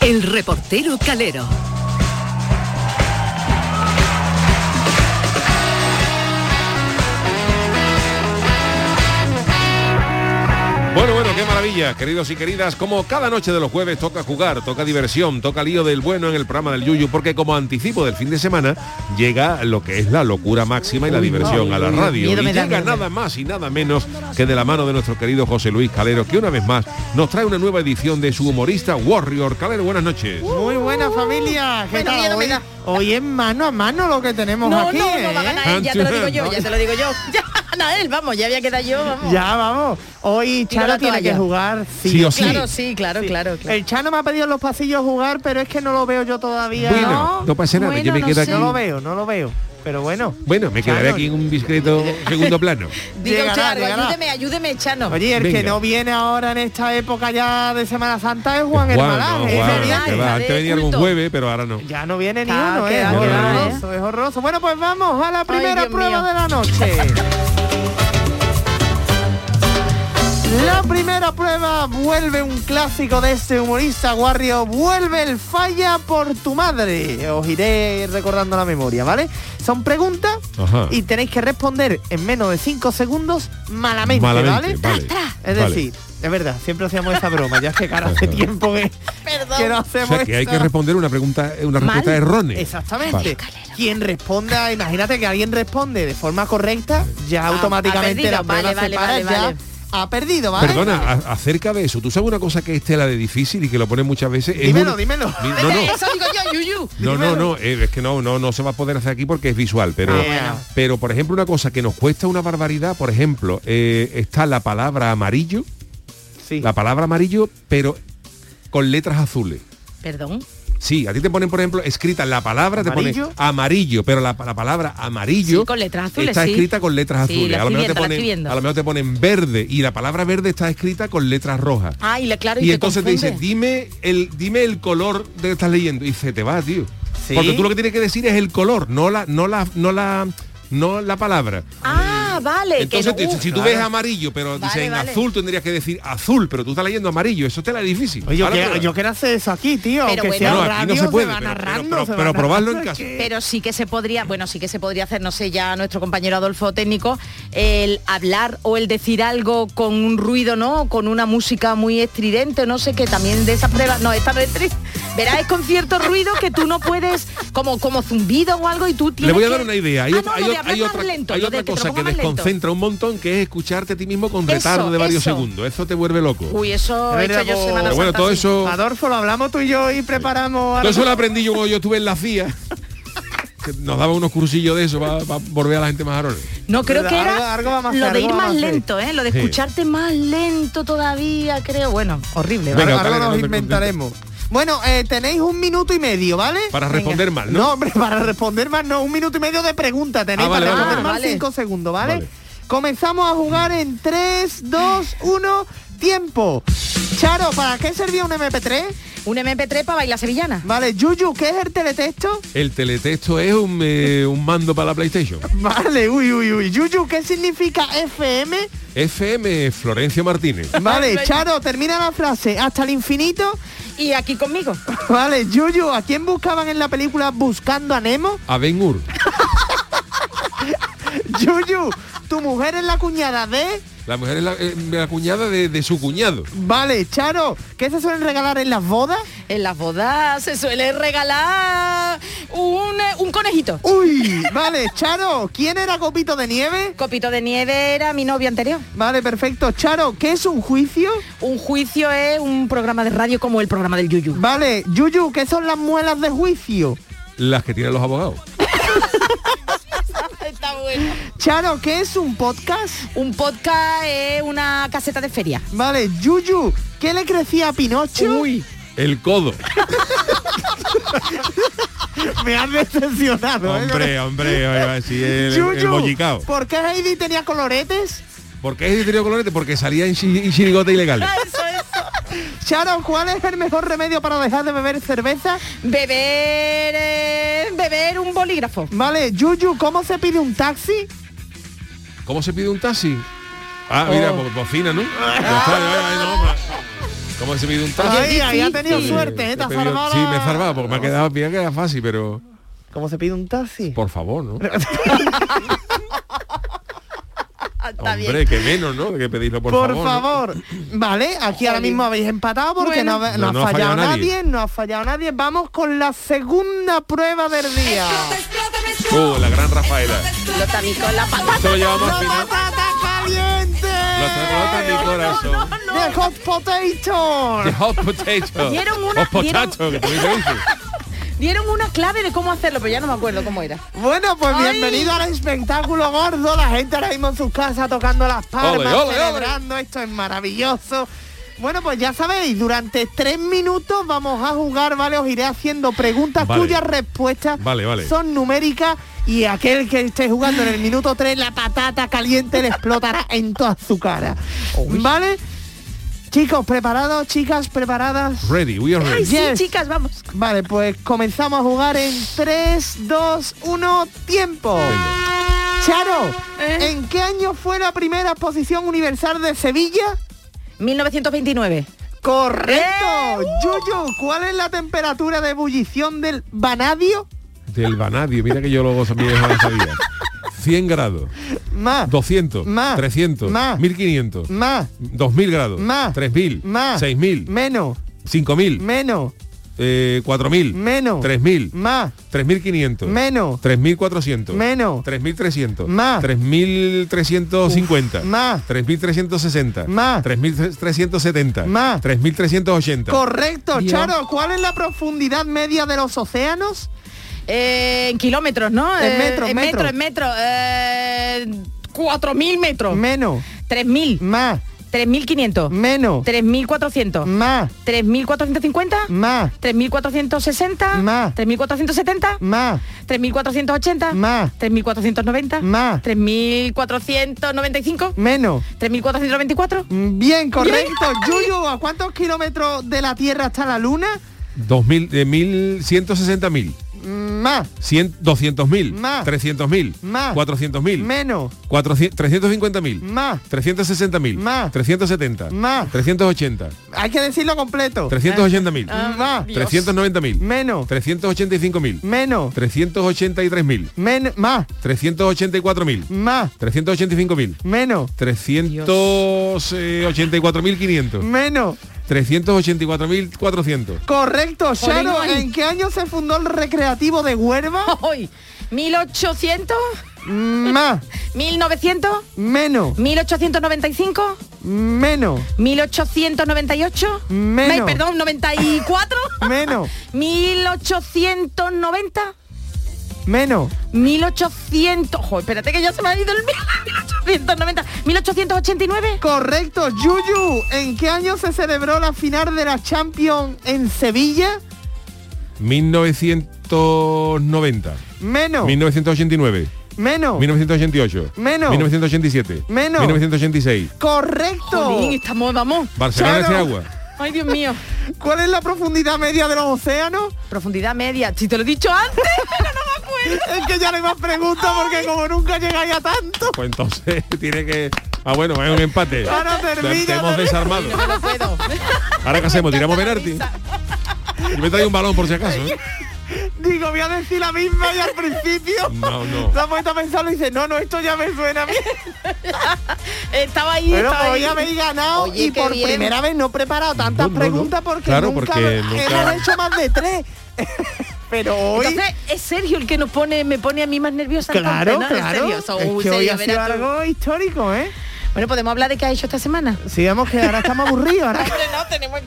[SPEAKER 2] El reportero Calero.
[SPEAKER 5] Bueno, bueno, qué maravilla, queridos y queridas. Como cada noche de los jueves toca jugar, toca diversión, toca lío del bueno en el programa del Yuyu, porque como anticipo del fin de semana llega lo que es la locura máxima y la diversión a la radio.
[SPEAKER 4] miedo
[SPEAKER 5] Y
[SPEAKER 4] me da,
[SPEAKER 5] llega
[SPEAKER 4] miedo me
[SPEAKER 5] nada más y nada menos que de la mano de nuestro querido José Luis Calero, que una vez más nos trae una nueva edición de su humorista Warrior. Calero, buenas noches.
[SPEAKER 6] Muy buena familia. ¿Qué
[SPEAKER 4] Uh, Bueno,
[SPEAKER 6] tal?
[SPEAKER 4] miedo me
[SPEAKER 6] Hoy,
[SPEAKER 4] da.
[SPEAKER 6] hoy es mano a mano lo que tenemos
[SPEAKER 4] No, no,
[SPEAKER 6] aquí.
[SPEAKER 4] no va a
[SPEAKER 6] ¿eh?
[SPEAKER 4] ganar él, ya te lo digo yo, ya te lo digo yo. Ya. Anael, vamos, ya había quedado yo, vamos.
[SPEAKER 6] Ya, vamos. Hoy
[SPEAKER 4] Tiro
[SPEAKER 6] Chano
[SPEAKER 4] la
[SPEAKER 6] tiene que
[SPEAKER 4] toalla.
[SPEAKER 6] jugar sí,
[SPEAKER 5] Sí o
[SPEAKER 6] o
[SPEAKER 5] sí.
[SPEAKER 4] Claro, sí, claro, claro, claro.
[SPEAKER 6] El Chano me ha pedido en los pasillos jugar, pero es que no lo veo yo todavía.
[SPEAKER 5] Bueno,
[SPEAKER 6] ¿no?
[SPEAKER 5] no pasa nada, yo me
[SPEAKER 4] Bueno,
[SPEAKER 5] quedo
[SPEAKER 4] no
[SPEAKER 5] aquí.
[SPEAKER 6] No
[SPEAKER 4] sé.
[SPEAKER 6] lo veo, no lo veo. Pero bueno.
[SPEAKER 5] Bueno, me quedaré
[SPEAKER 6] Chano,
[SPEAKER 5] aquí en un discreto segundo plano.
[SPEAKER 4] Diga usted
[SPEAKER 6] llegará,
[SPEAKER 4] algo,
[SPEAKER 6] llegará.
[SPEAKER 4] ayúdeme, ayúdeme, Chano.
[SPEAKER 6] Oye, el que
[SPEAKER 5] Venga.
[SPEAKER 6] no viene ahora en esta época ya de Semana Santa es Juan,
[SPEAKER 5] Guau,
[SPEAKER 6] Hermalán.
[SPEAKER 5] no,
[SPEAKER 6] es
[SPEAKER 5] guau,
[SPEAKER 6] evidente.
[SPEAKER 5] que va,
[SPEAKER 4] de
[SPEAKER 5] Antes venía algún
[SPEAKER 4] culto.
[SPEAKER 5] jueves, pero ahora no.
[SPEAKER 6] Ya no viene ni
[SPEAKER 4] Ah,
[SPEAKER 6] uno,
[SPEAKER 4] qué
[SPEAKER 6] ¿eh? Es
[SPEAKER 4] va,
[SPEAKER 5] qué va, ¿eh?
[SPEAKER 6] horroroso, es horroroso. Bueno, pues vamos a la primera
[SPEAKER 4] Dios
[SPEAKER 6] prueba
[SPEAKER 4] mío.
[SPEAKER 6] de la noche. La primera prueba vuelve un clásico de este humorista guarrio, vuelve el falla por tu madre. Os iré recordando la memoria, ¿vale? Son preguntas
[SPEAKER 5] Ajá.
[SPEAKER 6] y tenéis que responder en menos de 5 segundos malamente,
[SPEAKER 5] Malamente,
[SPEAKER 6] ¿vale?
[SPEAKER 5] vale,
[SPEAKER 6] Es
[SPEAKER 5] vale.
[SPEAKER 6] decir, es verdad, siempre hacíamos esa broma, ya es que cara hace tiempo que,
[SPEAKER 4] Perdón.
[SPEAKER 6] que no
[SPEAKER 5] O
[SPEAKER 6] hacemos
[SPEAKER 5] sea, que hay
[SPEAKER 6] esa-
[SPEAKER 5] que responder una pregunta, eh, una respuesta errónea.
[SPEAKER 6] Exactamente.
[SPEAKER 5] Vale.
[SPEAKER 6] Quien responda, imagínate que alguien responde de forma correcta, ya automáticamente
[SPEAKER 4] perdido.
[SPEAKER 6] la prueba
[SPEAKER 4] Vale,
[SPEAKER 6] se
[SPEAKER 4] vale,
[SPEAKER 6] para,
[SPEAKER 4] vale,
[SPEAKER 6] ya
[SPEAKER 4] vale.
[SPEAKER 6] ha perdido, ¿vale?
[SPEAKER 5] Perdona, a- acerca de eso, ¿tú sabes una cosa que es tela de difícil y que lo ponen muchas veces? Es
[SPEAKER 6] Dímelo,
[SPEAKER 5] un-
[SPEAKER 6] dímelo.
[SPEAKER 5] Di- No, no.
[SPEAKER 4] Eso digo yo, Yuyu.
[SPEAKER 5] No, no,
[SPEAKER 6] Dímelo.
[SPEAKER 5] no, eh, es que no, no, no se va a poder hacer aquí porque es visual, pero,
[SPEAKER 6] Ah, bueno.
[SPEAKER 5] pero por ejemplo una cosa que nos cuesta una barbaridad, por ejemplo, eh, está la palabra amarillo,
[SPEAKER 6] Sí.
[SPEAKER 5] la palabra amarillo, pero con letras azules.
[SPEAKER 4] Perdón.
[SPEAKER 5] Sí, a ti te ponen, por ejemplo, escrita la palabra, te
[SPEAKER 6] Amarillo.
[SPEAKER 5] ponen amarillo, pero la, la palabra amarillo
[SPEAKER 4] Sí, con letras azules,
[SPEAKER 5] está
[SPEAKER 4] sí.
[SPEAKER 5] escrita con letras
[SPEAKER 4] Sí,
[SPEAKER 5] azules.
[SPEAKER 4] la
[SPEAKER 5] a, lo mejor
[SPEAKER 4] estoy
[SPEAKER 5] te
[SPEAKER 4] viendo, la
[SPEAKER 5] ponen,
[SPEAKER 4] estoy viendo.
[SPEAKER 5] a lo mejor te ponen verde y la palabra verde está escrita con letras rojas.
[SPEAKER 4] Ay, le- Ah, claro, y,
[SPEAKER 5] Y
[SPEAKER 4] te
[SPEAKER 5] entonces te dice,
[SPEAKER 4] confunde.
[SPEAKER 5] dime el, dime el color de que estás leyendo. Y se te va, tío.
[SPEAKER 6] Sí.
[SPEAKER 5] Porque tú lo que tienes que decir es el color, no la, no la, no la, no la palabra.
[SPEAKER 4] Ah, vale. que
[SPEAKER 5] Entonces,
[SPEAKER 4] no-
[SPEAKER 5] te-
[SPEAKER 4] uh,
[SPEAKER 5] si tú
[SPEAKER 6] claro.
[SPEAKER 5] ves amarillo, pero dices
[SPEAKER 4] Vale,
[SPEAKER 5] en
[SPEAKER 4] vale.
[SPEAKER 5] azul, tendrías que decir azul, pero tú estás leyendo amarillo. Eso te la es difícil.
[SPEAKER 6] Oye, yo,
[SPEAKER 5] Ahora
[SPEAKER 6] quiero-
[SPEAKER 5] prueba.
[SPEAKER 6] yo quiero hacer eso aquí, tío.
[SPEAKER 4] Pero
[SPEAKER 6] aunque
[SPEAKER 4] bueno.
[SPEAKER 6] sea
[SPEAKER 5] No, aquí
[SPEAKER 6] radio,
[SPEAKER 5] no se puede,
[SPEAKER 6] van
[SPEAKER 5] pero- pero-
[SPEAKER 6] narrando,
[SPEAKER 5] pero-
[SPEAKER 6] se van
[SPEAKER 5] pero probarlo en
[SPEAKER 6] narrando, es
[SPEAKER 5] casa.
[SPEAKER 6] que-
[SPEAKER 4] Pero sí que se podría, bueno, sí que se podría hacer, no sé, ya nuestro compañero Adolfo técnico, el hablar o el decir algo con un ruido, ¿no? Con una música muy estridente, no sé, que también de esas pruebas, no, esta no es tri- Verás, es con cierto ruido que tú no puedes, como, como zumbido o algo, y tú tienes
[SPEAKER 5] Le voy a
[SPEAKER 4] que-
[SPEAKER 5] dar una idea. Hay,
[SPEAKER 4] Ah,
[SPEAKER 5] otra-
[SPEAKER 4] no,
[SPEAKER 5] hay
[SPEAKER 4] lo de
[SPEAKER 5] otra-
[SPEAKER 4] hablar
[SPEAKER 5] hay
[SPEAKER 4] más
[SPEAKER 5] otra,
[SPEAKER 4] lento,
[SPEAKER 5] hay
[SPEAKER 4] lo de
[SPEAKER 5] otra
[SPEAKER 4] que te
[SPEAKER 5] cosa
[SPEAKER 4] lo
[SPEAKER 5] que
[SPEAKER 4] pongas más lento.
[SPEAKER 5] desconcentra un montón, que es escucharte a ti mismo con
[SPEAKER 4] Eso,
[SPEAKER 5] retardo de varios
[SPEAKER 4] eso.
[SPEAKER 5] segundos. Eso te vuelve loco.
[SPEAKER 4] Uy, eso he
[SPEAKER 6] Pero
[SPEAKER 4] hecho yo
[SPEAKER 6] bueno,
[SPEAKER 4] semana
[SPEAKER 5] pero bueno,
[SPEAKER 4] Santa,
[SPEAKER 5] todo
[SPEAKER 4] sí.
[SPEAKER 5] eso,
[SPEAKER 6] Adolfo, lo hablamos tú y yo y preparamos
[SPEAKER 5] todo
[SPEAKER 6] algo.
[SPEAKER 5] eso lo aprendí yo cuando yo estuve en la CIA. que Nos daba unos cursillos de eso para volver a la gente más arones.
[SPEAKER 4] No, creo
[SPEAKER 6] Pero
[SPEAKER 4] que
[SPEAKER 6] algo-
[SPEAKER 4] era
[SPEAKER 6] algo vamos a
[SPEAKER 4] lo
[SPEAKER 6] hacer,
[SPEAKER 4] de ir
[SPEAKER 6] algo
[SPEAKER 4] más
[SPEAKER 6] vamos a hacer.
[SPEAKER 4] lento, ¿eh? Lo de
[SPEAKER 5] Sí.
[SPEAKER 4] escucharte más lento todavía, creo. Bueno, horrible, ¿vale?
[SPEAKER 5] Venga,
[SPEAKER 6] Ahora
[SPEAKER 5] Otalera, no
[SPEAKER 6] nos
[SPEAKER 5] te
[SPEAKER 6] inventaremos. Bueno, eh, tenéis un minuto y medio, ¿vale?
[SPEAKER 5] Para
[SPEAKER 6] Venga.
[SPEAKER 5] responder mal, ¿no?
[SPEAKER 6] ¿no? hombre, para responder mal no, un minuto y medio de pregunta tenéis
[SPEAKER 5] Ah, vale,
[SPEAKER 6] para
[SPEAKER 5] vale,
[SPEAKER 6] responder
[SPEAKER 4] vale.
[SPEAKER 6] mal
[SPEAKER 4] Vale.
[SPEAKER 6] cinco segundos, ¿vale?
[SPEAKER 5] Vale.
[SPEAKER 6] Comenzamos a jugar en 3, 2, 1, tiempo. Charo, ¿para qué servía un MP3?
[SPEAKER 4] Un MP3 para bailar sevillana.
[SPEAKER 6] Vale, Yuyu, ¿qué es el teletexto?
[SPEAKER 5] El teletexto es un, eh, un mando para la PlayStation.
[SPEAKER 6] Vale, uy, uy, uy. Yuyu, ¿qué significa FM?
[SPEAKER 5] FM Florencio Martínez.
[SPEAKER 6] Vale, Charo, termina la frase. Hasta el infinito.
[SPEAKER 4] Y aquí conmigo.
[SPEAKER 6] Vale, Yuyu, ¿a quién buscaban en la película Buscando a Nemo?
[SPEAKER 5] A Ben Hur.
[SPEAKER 6] Yuyu, tu mujer es la cuñada de...
[SPEAKER 5] La mujer es la, eh, la cuñada de, de su cuñado.
[SPEAKER 6] Vale, Charo, ¿qué se suelen regalar en las bodas?
[SPEAKER 4] En las bodas se suele regalar un, eh, un conejito.
[SPEAKER 6] Uy, vale, Charo, ¿quién era Copito de Nieve?
[SPEAKER 4] Copito de nieve era mi novio anterior.
[SPEAKER 6] Vale, perfecto. Charo, ¿qué es un juicio?
[SPEAKER 4] Un juicio es un programa de radio como el programa del Yuyu.
[SPEAKER 6] Vale, Yuyu, ¿qué son las muelas de juicio?
[SPEAKER 5] Las que tienen los abogados.
[SPEAKER 4] Está bueno.
[SPEAKER 6] Charo, ¿qué es un podcast?
[SPEAKER 4] Un podcast es una caseta de feria.
[SPEAKER 6] Vale, Yuyu, ¿qué le crecía a Pinocho? Uy,
[SPEAKER 5] El codo.
[SPEAKER 6] me has decepcionado. ¿eh?
[SPEAKER 5] hombre, hombre, oiga, sí, el, el
[SPEAKER 6] Yuyu,
[SPEAKER 5] bollicao.
[SPEAKER 6] ¿por qué Heidi tenía coloretes?
[SPEAKER 5] ¿Por qué es de colorete? Porque salía en, chi- en chirigote ilegal.
[SPEAKER 6] Charo, ¿cuál es el mejor remedio para dejar de beber cerveza?
[SPEAKER 4] Beber, eh, beber un bolígrafo.
[SPEAKER 6] Vale, Yuyu, ¿cómo se pide un taxi?
[SPEAKER 5] ¿Cómo se pide un taxi? Ah,
[SPEAKER 6] Oh.
[SPEAKER 5] mira, bo- bocina, ¿no? Ya está, ya, ya, no, ma- ¿Cómo se pide un taxi?
[SPEAKER 6] Ay, ahí ha tenido
[SPEAKER 5] Eh,
[SPEAKER 6] suerte, ¿eh? Te
[SPEAKER 5] he
[SPEAKER 6] has
[SPEAKER 5] pedido-
[SPEAKER 6] salvado
[SPEAKER 5] Sí,
[SPEAKER 6] la-
[SPEAKER 5] me he salvado, porque me ha quedado bien, queda fácil, pero
[SPEAKER 6] ¿Cómo se pide un taxi?
[SPEAKER 5] por favor, ¿no?
[SPEAKER 4] Ah,
[SPEAKER 5] Hombre, que menos, ¿no? Que pedirlo por,
[SPEAKER 6] Por,
[SPEAKER 5] favor. ¿no?
[SPEAKER 6] favor. Vale, aquí ahora mismo habéis empatado porque no, habe- no
[SPEAKER 5] No, no
[SPEAKER 6] ha
[SPEAKER 5] ha
[SPEAKER 6] fallado,
[SPEAKER 5] fallado
[SPEAKER 6] nadie.
[SPEAKER 5] nadie,
[SPEAKER 6] no ha fallado nadie. Vamos con la segunda prueba del día.
[SPEAKER 5] Uh, la gran Rafaela. Esto lo llevamos al final.
[SPEAKER 6] ¡Patata caliente!
[SPEAKER 5] Lo trata mi corazón.
[SPEAKER 6] ¡De Hot Potato!
[SPEAKER 5] The hot potato.
[SPEAKER 4] Dieron una-
[SPEAKER 5] Hot potato, que también se dice.
[SPEAKER 4] Dieron una clave de cómo hacerlo, pero ya no me acuerdo cómo era.
[SPEAKER 6] Bueno, pues
[SPEAKER 4] Ay.
[SPEAKER 6] bienvenido al espectáculo gordo. La gente ahora mismo en sus casas tocando las palmas,
[SPEAKER 5] Ole, ole, ole.
[SPEAKER 6] celebrando. Esto es maravilloso. Bueno, pues ya sabéis, durante tres minutos vamos a jugar, ¿vale? Os iré haciendo preguntas
[SPEAKER 5] Vale.
[SPEAKER 6] cuyas respuestas
[SPEAKER 5] Vale, vale.
[SPEAKER 6] son numéricas y aquel que esté jugando en el minuto 3 la patata caliente le explotará en toda su cara. ¿Vale? Chicos, ¿preparados? Chicas, ¿preparadas?
[SPEAKER 5] Ready, we are
[SPEAKER 4] Ay,
[SPEAKER 5] ready.
[SPEAKER 4] sí,
[SPEAKER 6] Yes.
[SPEAKER 4] chicas, vamos.
[SPEAKER 6] Vale, pues comenzamos a jugar en 3, 2, 1, tiempo. Charo,
[SPEAKER 4] Eh.
[SPEAKER 6] ¿en qué año fue la primera exposición universal de Sevilla?
[SPEAKER 4] 1929. ¡Eh! ¡Uh!
[SPEAKER 6] Correcto. Yuyu, ¿cuál es la temperatura de ebullición del vanadio?
[SPEAKER 5] Del vanadio, mira que yo luego también no lo sabía. 100 grados,
[SPEAKER 6] Más.
[SPEAKER 5] 200,
[SPEAKER 6] Más.
[SPEAKER 5] 300,
[SPEAKER 6] Más.
[SPEAKER 5] 1500,
[SPEAKER 6] Más.
[SPEAKER 5] 2000 grados,
[SPEAKER 6] Más.
[SPEAKER 5] 3000,
[SPEAKER 6] Más.
[SPEAKER 5] 6000,
[SPEAKER 6] Menos.
[SPEAKER 5] 5000,
[SPEAKER 6] Menos.
[SPEAKER 5] eh, 4000,
[SPEAKER 6] Menos.
[SPEAKER 5] 3000,
[SPEAKER 6] Más.
[SPEAKER 5] 3500,
[SPEAKER 6] Menos.
[SPEAKER 5] 3400,
[SPEAKER 6] Menos.
[SPEAKER 5] 3300,
[SPEAKER 6] Más.
[SPEAKER 5] 3350,
[SPEAKER 6] Más.
[SPEAKER 5] 3360,
[SPEAKER 6] Más.
[SPEAKER 5] 3370,
[SPEAKER 6] Más.
[SPEAKER 5] 3380.
[SPEAKER 6] Correcto,
[SPEAKER 4] Dios.
[SPEAKER 6] Charo. ¿Cuál es la profundidad media de los océanos?
[SPEAKER 4] Eh, en kilómetros, ¿no?
[SPEAKER 6] En
[SPEAKER 4] Eh,
[SPEAKER 6] metros,
[SPEAKER 4] en
[SPEAKER 6] metros.
[SPEAKER 4] metro, en metro. Eh, 4.000 metros.
[SPEAKER 6] Menos.
[SPEAKER 4] 3.000.
[SPEAKER 6] Más.
[SPEAKER 4] 3.500.
[SPEAKER 6] Menos.
[SPEAKER 4] 3.400.
[SPEAKER 6] Más.
[SPEAKER 4] 3.450.
[SPEAKER 6] Más.
[SPEAKER 4] 3.460.
[SPEAKER 6] Más.
[SPEAKER 4] 3.470.
[SPEAKER 6] Más.
[SPEAKER 4] 3.480.
[SPEAKER 6] Más.
[SPEAKER 4] 3.490.
[SPEAKER 6] Más.
[SPEAKER 4] 3.495.
[SPEAKER 6] Menos.
[SPEAKER 4] 3.494.
[SPEAKER 6] Mm, Bien, correcto. Yuyu, ¿a cuántos kilómetros de la Tierra está la Luna?
[SPEAKER 5] 2000, de 1160.000.
[SPEAKER 6] Más,
[SPEAKER 5] 100, 200.000,
[SPEAKER 6] Más.
[SPEAKER 5] 300.000,
[SPEAKER 6] Más.
[SPEAKER 5] 400.000,
[SPEAKER 6] menos,
[SPEAKER 5] 400, 350.000,
[SPEAKER 6] más.
[SPEAKER 5] 360.000,
[SPEAKER 6] Más.
[SPEAKER 5] 370,
[SPEAKER 6] Más.
[SPEAKER 5] 380,
[SPEAKER 6] Hay que decirlo completo. Ah,
[SPEAKER 5] 380.000,
[SPEAKER 6] Más,
[SPEAKER 5] 390.000,
[SPEAKER 6] menos,
[SPEAKER 5] 385.000,
[SPEAKER 6] menos,
[SPEAKER 5] 383.000,
[SPEAKER 6] men- más,
[SPEAKER 5] 384.000,
[SPEAKER 6] más,
[SPEAKER 5] 385.000,
[SPEAKER 6] menos,
[SPEAKER 5] 384.500,
[SPEAKER 6] menos.
[SPEAKER 5] 384.400.
[SPEAKER 6] Correcto, Charo.
[SPEAKER 4] Jolín.
[SPEAKER 6] ¿En qué año se fundó el recreativo de Huerva?
[SPEAKER 4] Hoy, 1800,
[SPEAKER 6] Más,
[SPEAKER 4] 1900,
[SPEAKER 6] menos,
[SPEAKER 4] 1895,
[SPEAKER 6] menos,
[SPEAKER 4] 1898,
[SPEAKER 6] Menos.
[SPEAKER 4] Ay, perdón, 94,
[SPEAKER 6] menos,
[SPEAKER 4] 1890,
[SPEAKER 6] menos,
[SPEAKER 4] 1800, jo, espérate que ya se me ha ido el 1890, 1889,
[SPEAKER 6] Correcto, Yuyu. ¿En qué año se celebró la final de la Champions en Sevilla?
[SPEAKER 5] 1990,
[SPEAKER 6] Menos,
[SPEAKER 5] 1989.
[SPEAKER 6] menos.
[SPEAKER 5] 1988.
[SPEAKER 6] Menos.
[SPEAKER 5] 1987.
[SPEAKER 6] Menos.
[SPEAKER 5] 1986.
[SPEAKER 6] Correcto.
[SPEAKER 4] Jolín, estamos, vamos,
[SPEAKER 5] Barcelona
[SPEAKER 6] Charo.
[SPEAKER 5] hace agua.
[SPEAKER 4] ay Dios mío,
[SPEAKER 6] ¿Cuál es la profundidad media de los océanos?
[SPEAKER 4] profundidad media, si te lo he dicho antes, pero no me acuerdo.
[SPEAKER 6] Es que ya no hay más preguntas porque como nunca llegáis a tanto.
[SPEAKER 5] Pues entonces tiene que. Ah, bueno, es un empate.
[SPEAKER 6] Claro,
[SPEAKER 5] Te-
[SPEAKER 6] termina,
[SPEAKER 5] Te hemos
[SPEAKER 6] termina.
[SPEAKER 5] desarmado.
[SPEAKER 4] No puedo.
[SPEAKER 5] Ahora qué hacemos, tiramos
[SPEAKER 4] encanta la
[SPEAKER 5] Benarti. Yo me traigo un balón por si acaso. ¿eh?
[SPEAKER 6] Digo, voy a decir la misma y al principio.
[SPEAKER 5] No, no.
[SPEAKER 6] La puesta a pensarlo y dice, no, no, esto ya me suena a mí.
[SPEAKER 4] Estaba ahí,
[SPEAKER 6] Pero
[SPEAKER 4] estaba
[SPEAKER 6] hoy
[SPEAKER 4] ahí.
[SPEAKER 6] habéis ganado
[SPEAKER 4] Oye,
[SPEAKER 6] y
[SPEAKER 4] qué
[SPEAKER 6] por
[SPEAKER 4] bien.
[SPEAKER 6] primera vez no he preparado tantas
[SPEAKER 5] No, no, no.
[SPEAKER 6] preguntas porque,
[SPEAKER 5] Claro,
[SPEAKER 6] nunca,
[SPEAKER 5] porque nunca-
[SPEAKER 6] hemos hecho más de tres. Pero hoy.
[SPEAKER 4] Entonces es Sergio el que nos pone, me pone a mí más nerviosa.
[SPEAKER 6] Claro,
[SPEAKER 4] entonces, ¿no?
[SPEAKER 6] claro.
[SPEAKER 4] En serio, so-
[SPEAKER 6] es
[SPEAKER 4] uy,
[SPEAKER 6] que hoy
[SPEAKER 4] serio,
[SPEAKER 6] ha sido
[SPEAKER 4] verás tú.
[SPEAKER 6] algo histórico, ¿eh?
[SPEAKER 4] Bueno, podemos hablar de qué ha hecho esta semana.
[SPEAKER 6] Sigamos que ahora estamos aburridos. Ahora
[SPEAKER 4] no, tenemos que...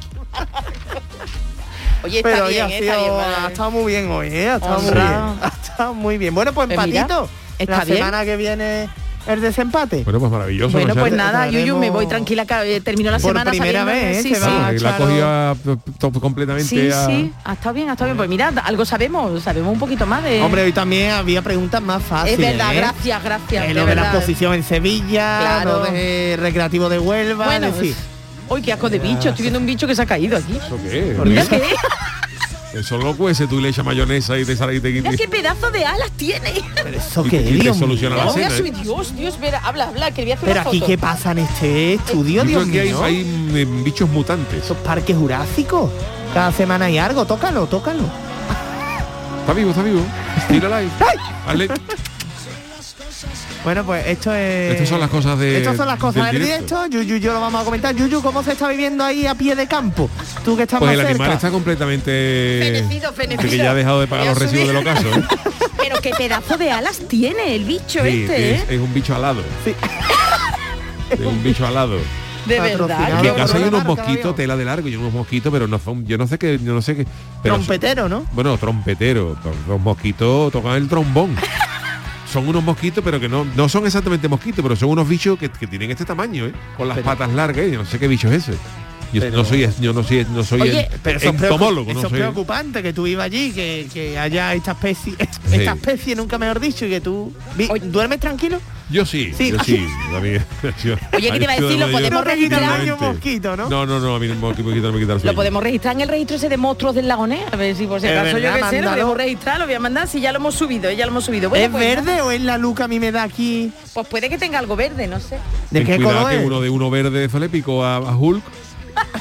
[SPEAKER 4] Oye, está
[SPEAKER 6] Pero
[SPEAKER 4] bien,
[SPEAKER 6] hoy ha
[SPEAKER 4] eh, está
[SPEAKER 6] sido-
[SPEAKER 4] bien.
[SPEAKER 6] ha
[SPEAKER 4] vale.
[SPEAKER 6] estado muy bien hoy, ¿eh? Ha estado muy bien.
[SPEAKER 4] Honrado.
[SPEAKER 6] Ha estado muy bien. Bueno, pues
[SPEAKER 4] Pues mira,
[SPEAKER 6] empatito.
[SPEAKER 4] está
[SPEAKER 6] la
[SPEAKER 4] bien.
[SPEAKER 6] semana que viene el desempate.
[SPEAKER 5] Bueno, pues maravilloso.
[SPEAKER 4] Bueno,
[SPEAKER 5] ¿no?
[SPEAKER 4] pues
[SPEAKER 5] Charo?
[SPEAKER 4] nada, Yuyu, me voy tranquila, que eh, terminó la
[SPEAKER 6] Por
[SPEAKER 4] semana
[SPEAKER 6] primera
[SPEAKER 4] sabiendo-
[SPEAKER 6] vez, eh,
[SPEAKER 4] Sí,
[SPEAKER 6] se
[SPEAKER 4] sí.
[SPEAKER 6] va.
[SPEAKER 5] Ah, que la ha
[SPEAKER 6] Charo.
[SPEAKER 5] cogido a- to- completamente
[SPEAKER 4] Sí,
[SPEAKER 5] a-
[SPEAKER 4] sí, ha estado bien, ha estado bien. Pues mira, algo sabemos, sabemos un poquito más de...
[SPEAKER 6] Hombre, hoy también había preguntas más
[SPEAKER 4] es
[SPEAKER 6] fáciles.
[SPEAKER 4] verdad,
[SPEAKER 6] ¿eh?
[SPEAKER 4] gracias, gracias.
[SPEAKER 6] Eh,
[SPEAKER 4] de
[SPEAKER 6] lo de la
[SPEAKER 4] verdad.
[SPEAKER 6] posición en Sevilla,
[SPEAKER 4] Claro.
[SPEAKER 6] lo de Recreativo de Huelva,
[SPEAKER 4] Bueno,
[SPEAKER 6] es decir,
[SPEAKER 4] hoy qué asco de bicho, estoy viendo un bicho que se ha caído aquí.
[SPEAKER 5] ¿Eso qué?
[SPEAKER 4] Mira
[SPEAKER 5] Mira
[SPEAKER 4] qué,
[SPEAKER 5] Eso lo cuece tú y le echas mayonesa y te sale y te
[SPEAKER 4] mira qué pedazo de alas tiene.
[SPEAKER 6] pero eso
[SPEAKER 5] y-
[SPEAKER 6] qué
[SPEAKER 5] y
[SPEAKER 6] es,
[SPEAKER 5] te
[SPEAKER 6] Dios mío.
[SPEAKER 5] soluciona la
[SPEAKER 4] Oh,
[SPEAKER 5] cena,
[SPEAKER 4] mira,
[SPEAKER 5] ¿eh?
[SPEAKER 4] soy Dios, Dios, mira, habla, habla, que le voy a hacer
[SPEAKER 6] Pero
[SPEAKER 4] una
[SPEAKER 6] aquí
[SPEAKER 4] foto.
[SPEAKER 6] qué pasa en este estudio,
[SPEAKER 5] Yo creo
[SPEAKER 6] Dios
[SPEAKER 5] que hay,
[SPEAKER 6] mío.
[SPEAKER 5] hay, mm, bichos mutantes.
[SPEAKER 6] Esos parques jurásicos. Cada semana hay algo, tócalo, tócalo.
[SPEAKER 5] Está vivo, está vivo. Tírala ahí. Hazle-
[SPEAKER 6] Bueno, pues esto es.
[SPEAKER 5] Estas son las cosas de-
[SPEAKER 6] Estas son las cosas
[SPEAKER 5] del
[SPEAKER 6] del
[SPEAKER 5] directo.
[SPEAKER 6] directo. Yuyu, yo lo vamos a comentar. Yuyu, ¿cómo se está viviendo ahí a pie de campo? Tú que estás
[SPEAKER 5] Pues
[SPEAKER 6] más
[SPEAKER 5] el animal
[SPEAKER 6] cerca.
[SPEAKER 5] está completamente...
[SPEAKER 4] Fenecido, fenecido.
[SPEAKER 5] Que ya ha dejado de pagar
[SPEAKER 4] Ya
[SPEAKER 5] los residuos
[SPEAKER 4] subí.
[SPEAKER 5] del ocaso. ¿eh?
[SPEAKER 4] Pero qué pedazo de alas tiene el bicho
[SPEAKER 5] Sí,
[SPEAKER 4] este,
[SPEAKER 5] es,
[SPEAKER 4] ¿eh?
[SPEAKER 5] es un bicho alado.
[SPEAKER 6] Sí.
[SPEAKER 5] Es un bicho alado.
[SPEAKER 4] De verdad.
[SPEAKER 5] En
[SPEAKER 6] Patrocinado
[SPEAKER 5] mi
[SPEAKER 6] por
[SPEAKER 5] casa hay
[SPEAKER 6] una
[SPEAKER 5] unos
[SPEAKER 6] marca,
[SPEAKER 5] mosquitos,
[SPEAKER 6] Mario.
[SPEAKER 5] tela de largo y unos mosquitos, pero no son, yo no sé qué, yo no sé qué. pero son-
[SPEAKER 6] Trompetero, ¿no?
[SPEAKER 5] Bueno, trompetero. to- Los mosquitos tocan el trombón. Son unos mosquitos, pero que no, no son exactamente mosquitos, pero son unos bichos que, que tienen este tamaño, ¿eh? Con las
[SPEAKER 6] Pero-
[SPEAKER 5] patas largas, ¿eh? yo no sé qué bicho es ese. Yo no soy, yo no soy, no soy
[SPEAKER 4] Oye,
[SPEAKER 5] en-
[SPEAKER 6] Pero eso es preocu-
[SPEAKER 5] entomólogo, no
[SPEAKER 6] eso es
[SPEAKER 5] soy.
[SPEAKER 6] preocupante que tú ibas allí, que, que haya esta especie,
[SPEAKER 5] Sí.
[SPEAKER 6] esta especie nunca mejor dicho, y que tú Vi-
[SPEAKER 4] Oye.
[SPEAKER 6] duermes tranquilo.
[SPEAKER 5] Yo sí,
[SPEAKER 6] Sí.
[SPEAKER 5] yo sí. a mí- yo-
[SPEAKER 4] Oye, ¿qué te iba a decir? Lo
[SPEAKER 5] yo-
[SPEAKER 4] podemos
[SPEAKER 6] No te quita el baño
[SPEAKER 5] Directamente.
[SPEAKER 6] mosquito, ¿no?
[SPEAKER 5] No, no, no, a mí el mosquito me quita, me quita el
[SPEAKER 4] Lo
[SPEAKER 5] sueño.
[SPEAKER 4] podemos registrar en el registro ese de monstruos del lagonés. A ver si por si
[SPEAKER 6] Es
[SPEAKER 4] acaso yo
[SPEAKER 6] verdad,
[SPEAKER 4] qué sé, lo
[SPEAKER 6] mándalo.
[SPEAKER 4] podemos registrar, lo voy a mandar, si ya lo hemos subido, eh, ya lo hemos subido. Bueno,
[SPEAKER 6] ¿Es
[SPEAKER 4] pues,
[SPEAKER 6] verde o es la luz que a mí me da aquí?
[SPEAKER 4] Pues puede que tenga algo verde, no sé.
[SPEAKER 6] ¿De
[SPEAKER 5] Ten
[SPEAKER 6] qué
[SPEAKER 5] cuidado
[SPEAKER 6] color
[SPEAKER 5] que
[SPEAKER 6] es?
[SPEAKER 5] uno de uno verde se le picó a, a Hulk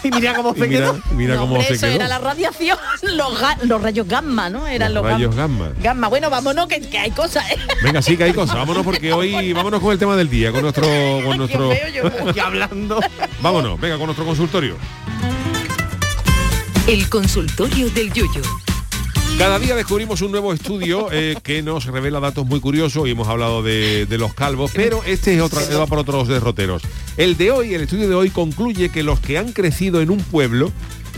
[SPEAKER 6] Y mira cómo
[SPEAKER 5] y
[SPEAKER 6] se
[SPEAKER 5] mira,
[SPEAKER 6] quedó.
[SPEAKER 5] y mira
[SPEAKER 4] No,
[SPEAKER 5] cómo
[SPEAKER 4] hombre,
[SPEAKER 5] se
[SPEAKER 4] eso
[SPEAKER 5] quedó.
[SPEAKER 4] era la radiación, los, ga- los rayos gamma, ¿no? Eran
[SPEAKER 5] Los
[SPEAKER 4] los,
[SPEAKER 5] rayos gamma.
[SPEAKER 4] Gamma, bueno, vámonos, que, que hay cosas, ¿eh?
[SPEAKER 5] Venga, sí que hay cosas. Vámonos porque hoy vámonos con el tema del día, con nuestro con nuestro
[SPEAKER 4] feo yo.
[SPEAKER 6] Y hablando.
[SPEAKER 5] Vámonos, venga con nuestro consultorio.
[SPEAKER 2] El consultorio del Yuyu.
[SPEAKER 5] Cada día descubrimos un nuevo estudio eh, que nos revela datos muy curiosos y hemos hablado de, de los calvos, pero este es otra, va por otros derroteros. El de hoy, el estudio de hoy concluye que los que han crecido en un pueblo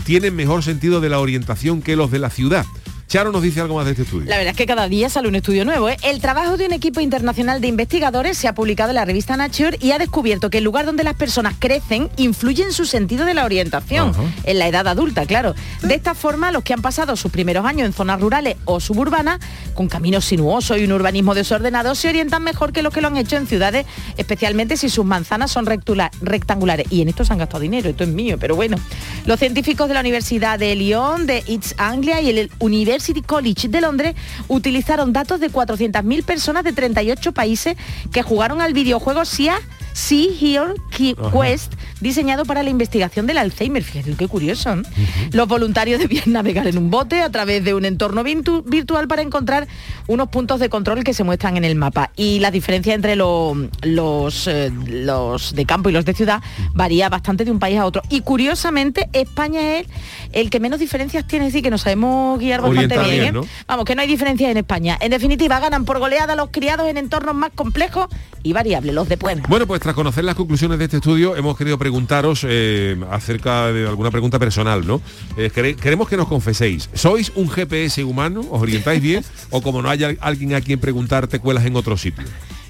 [SPEAKER 5] tienen mejor sentido de la orientación que los de la ciudad. Charo nos dice algo más de este estudio.
[SPEAKER 4] La verdad es que cada día sale un estudio nuevo. ¿eh? El trabajo de un equipo internacional de investigadores se ha publicado en la revista Nature y ha descubierto que el lugar donde las personas crecen influye en su sentido de la orientación,
[SPEAKER 5] Ajá.
[SPEAKER 4] en la edad adulta, claro. De esta forma, los que han pasado sus primeros años en zonas rurales o suburbanas, con caminos sinuosos y un urbanismo desordenado, se orientan mejor que los que lo han hecho en ciudades, especialmente si sus manzanas son rectula- rectangulares. Y en esto se han gastado dinero, esto es mío, pero bueno. Los científicos de la Universidad de Lyon, de East Anglia y el University College de Londres utilizaron datos de 400.000 personas de 38 países que jugaron al videojuego SIA. See Here Ki-
[SPEAKER 5] Ajá.
[SPEAKER 4] Quest, diseñado para la investigación del Alzheimer. Fíjate qué curioso. ¿no? Los voluntarios debían navegar en un bote a través de un entorno vintu- virtual para encontrar unos puntos de control que se muestran en el mapa. Y la diferencia entre lo- los, eh, los de campo y los de ciudad varía bastante de un país a otro. Y curiosamente, España es el que menos diferencias tiene, es decir, que nos sabemos guiar bastante
[SPEAKER 5] Orientar
[SPEAKER 4] bien.
[SPEAKER 5] bien,
[SPEAKER 4] ¿eh?
[SPEAKER 5] ¿no?
[SPEAKER 4] Vamos, que no hay diferencias en España. En definitiva, ganan por goleada los criados en entornos más complejos y variables, los de pueblo.
[SPEAKER 5] Bueno, pues tras conocer las conclusiones de este estudio, hemos querido preguntaros eh, acerca de alguna pregunta personal, ¿no? Eh, quere- queremos que nos confeséis. ¿Sois un GPS humano? ¿Os orientáis bien? ¿O como no haya alguien a quien preguntar, te cuelas en otro sitio?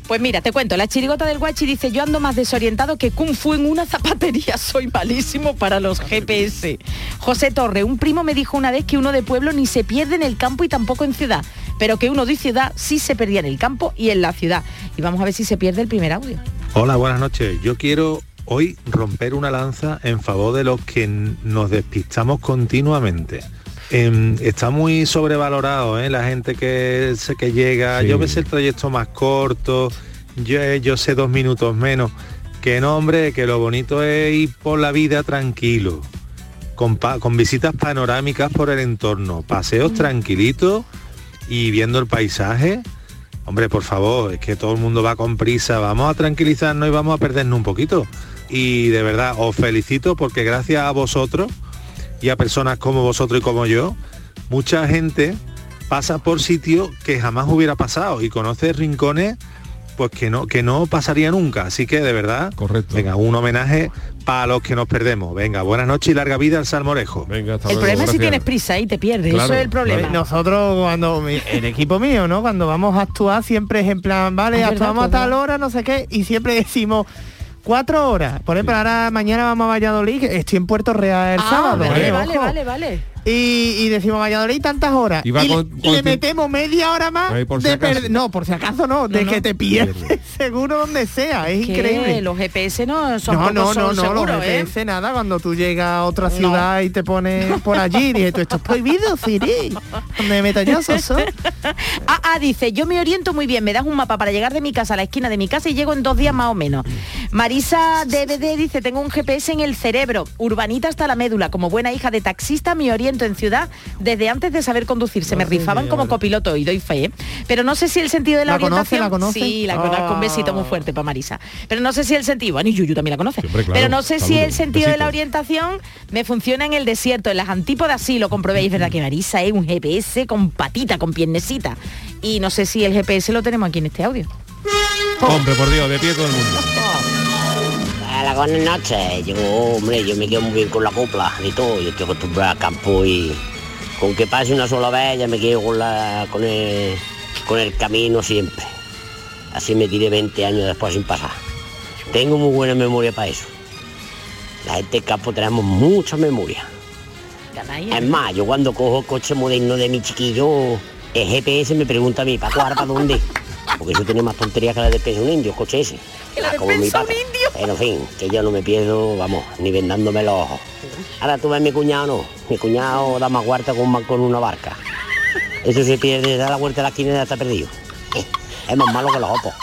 [SPEAKER 4] Pues mira, te cuento, la chirigota del guachi dice, yo ando más desorientado que Kung Fu en una zapatería, soy malísimo para los GPS. José Torre, un primo me dijo una vez que uno de pueblo ni se pierde en el campo y tampoco en ciudad, pero que uno de ciudad sí se perdía en el campo y en la ciudad. Y vamos a ver si se pierde el primer audio.
[SPEAKER 10] Hola, buenas noches. Yo quiero hoy romper una lanza en favor de los que n- nos despistamos continuamente. Em, está muy sobrevalorado ¿eh? la gente que, se- que llega.
[SPEAKER 5] Sí.
[SPEAKER 10] Yo me sé el trayecto más corto, yo, eh, yo sé dos minutos menos. Que no, hombre, que lo bonito es ir por la vida tranquilo, con, pa- con visitas panorámicas por el entorno, paseos tranquilitos y viendo el paisaje. Hombre, por favor, es que todo el mundo va con prisa, vamos a tranquilizarnos y vamos a perdernos un poquito. Y de verdad, os felicito porque gracias a vosotros y a personas como vosotros y como yo, mucha gente pasa por sitios que jamás hubiera pasado y conoce rincones pues que no, que no pasaría nunca. Así que de verdad,
[SPEAKER 5] Correcto.
[SPEAKER 10] venga, un homenaje para los que nos perdemos. Venga, buenas noches y larga vida al salmorejo.
[SPEAKER 5] Venga, hasta
[SPEAKER 4] El
[SPEAKER 5] luego,
[SPEAKER 4] problema es si
[SPEAKER 5] gracias.
[SPEAKER 4] tienes prisa y te pierdes,
[SPEAKER 5] Claro,
[SPEAKER 4] eso es el problema.
[SPEAKER 5] claro.
[SPEAKER 6] Nosotros cuando mi- el equipo mío, ¿no? Cuando vamos a actuar siempre es en plan, vale,
[SPEAKER 4] Es verdad,
[SPEAKER 6] actuamos a
[SPEAKER 4] pues,
[SPEAKER 6] tal
[SPEAKER 4] ¿verdad?
[SPEAKER 6] hora, no sé qué, y siempre decimos cuatro horas. Por ejemplo,
[SPEAKER 5] Sí.
[SPEAKER 6] ahora mañana vamos a Valladolid, que estoy en Puerto Real el
[SPEAKER 4] Ah,
[SPEAKER 6] sábado.
[SPEAKER 4] vale,
[SPEAKER 6] ¿eh?
[SPEAKER 4] vale,
[SPEAKER 6] Ojo.
[SPEAKER 4] vale, vale.
[SPEAKER 6] Y, y decimos Valladolid tantas horas.
[SPEAKER 5] Y
[SPEAKER 6] Y,
[SPEAKER 5] va
[SPEAKER 6] le-
[SPEAKER 5] con-
[SPEAKER 6] le
[SPEAKER 5] con-
[SPEAKER 6] metemos media hora más
[SPEAKER 5] Ahí por si
[SPEAKER 6] de
[SPEAKER 5] acaso.
[SPEAKER 6] perder- No, por si acaso no, de
[SPEAKER 4] no.
[SPEAKER 6] que te pierdes seguro donde sea. Es
[SPEAKER 4] Que
[SPEAKER 6] increíble.
[SPEAKER 4] Los GPS no son
[SPEAKER 6] No,
[SPEAKER 4] pocos,
[SPEAKER 6] no, no,
[SPEAKER 4] son
[SPEAKER 6] no,
[SPEAKER 4] seguros,
[SPEAKER 6] los
[SPEAKER 4] ¿eh?
[SPEAKER 6] GPS nada cuando tú llegas a otra ciudad y te pones por allí y dices, tú esto es prohibido, Siri. Donde me metas yo, soso.
[SPEAKER 4] Ah, ah, dice, yo me oriento muy bien, me das un mapa para llegar de mi casa a la esquina de mi casa y llego en dos días más o menos. Marisa DVD dice, tengo un GPS en el cerebro, urbanita hasta la médula, como buena hija de taxista me oriento en ciudad desde antes de saber conducir,
[SPEAKER 6] Ah,
[SPEAKER 4] se me rifaban como copiloto y doy fe, ¿eh? pero no sé si el sentido de la,
[SPEAKER 6] ¿La conoce,
[SPEAKER 4] orientación...
[SPEAKER 6] la conoce? Ah.
[SPEAKER 4] Sí, la conozco, un besito muy fuerte para Marisa, pero no sé si el sentido, bueno, y Yuyu también la conoce,
[SPEAKER 5] Sí, hombre, claro.
[SPEAKER 4] pero no sé si
[SPEAKER 5] Saludos,
[SPEAKER 4] el sentido de la
[SPEAKER 5] besitos.
[SPEAKER 4] orientación me funciona en el desierto, en las antípodas sí lo comprobé, y es verdad que Marisa es un GPS con patita, con piernecita. Y no sé si el GPS lo tenemos aquí en este audio.
[SPEAKER 5] Hombre, por Dios, de pie todo el mundo.
[SPEAKER 4] Ah,
[SPEAKER 11] Hola, buenas noches. Yo, hombre, yo me quedo muy bien con la copla y todo. Yo estoy acostumbrado al campo y con que pase una sola vez ya me quedo con, la, con, el, con el camino siempre. Así me tiré 20 años después sin pasar. Tengo muy buena memoria para eso. La gente del campo tenemos mucha memoria. Es más, yo cuando cojo el coche moderno de mi chiquillo, el GPS me pregunta a mí, ¿para cuál, para dónde? Porque eso tiene más tontería que la despensa de un indio, el coche ese. Ah, como mi pata. Pero en fin, que yo no me pierdo, vamos, ni vendándome los ojos. Ahora tú ves mi cuñado, no. Mi cuñado da más huerta con un banco en una barca. Eso se pierde, da la vuelta a la esquina y ya está perdido. Es más malo que los opos.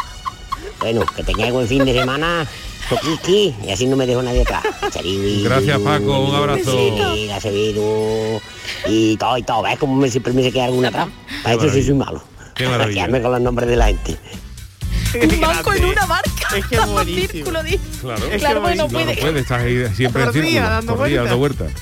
[SPEAKER 11] Bueno, que tengáis buen fin de semana. Toquiqui, y así no me dejo nadie atrás. Charibi,
[SPEAKER 5] Gracias, Paco, un abrazo.
[SPEAKER 11] Sevilla, Sevilla, y todo y todo. ¿Ves cómo me, siempre me se queda alguna atrás? Para eso sí soy malo.
[SPEAKER 5] Qué maravilla.
[SPEAKER 11] Quedarme con los nombres de la gente.
[SPEAKER 4] Un banco en una barca.
[SPEAKER 6] Es que es buenísimo.
[SPEAKER 4] Círculo, di-
[SPEAKER 5] Claro,
[SPEAKER 4] Es que Claro, bueno, buenísimo.
[SPEAKER 5] No, no puede, estás ahí siempre en
[SPEAKER 6] Por día,
[SPEAKER 5] círculo,
[SPEAKER 6] dando
[SPEAKER 5] por día, dando vueltas.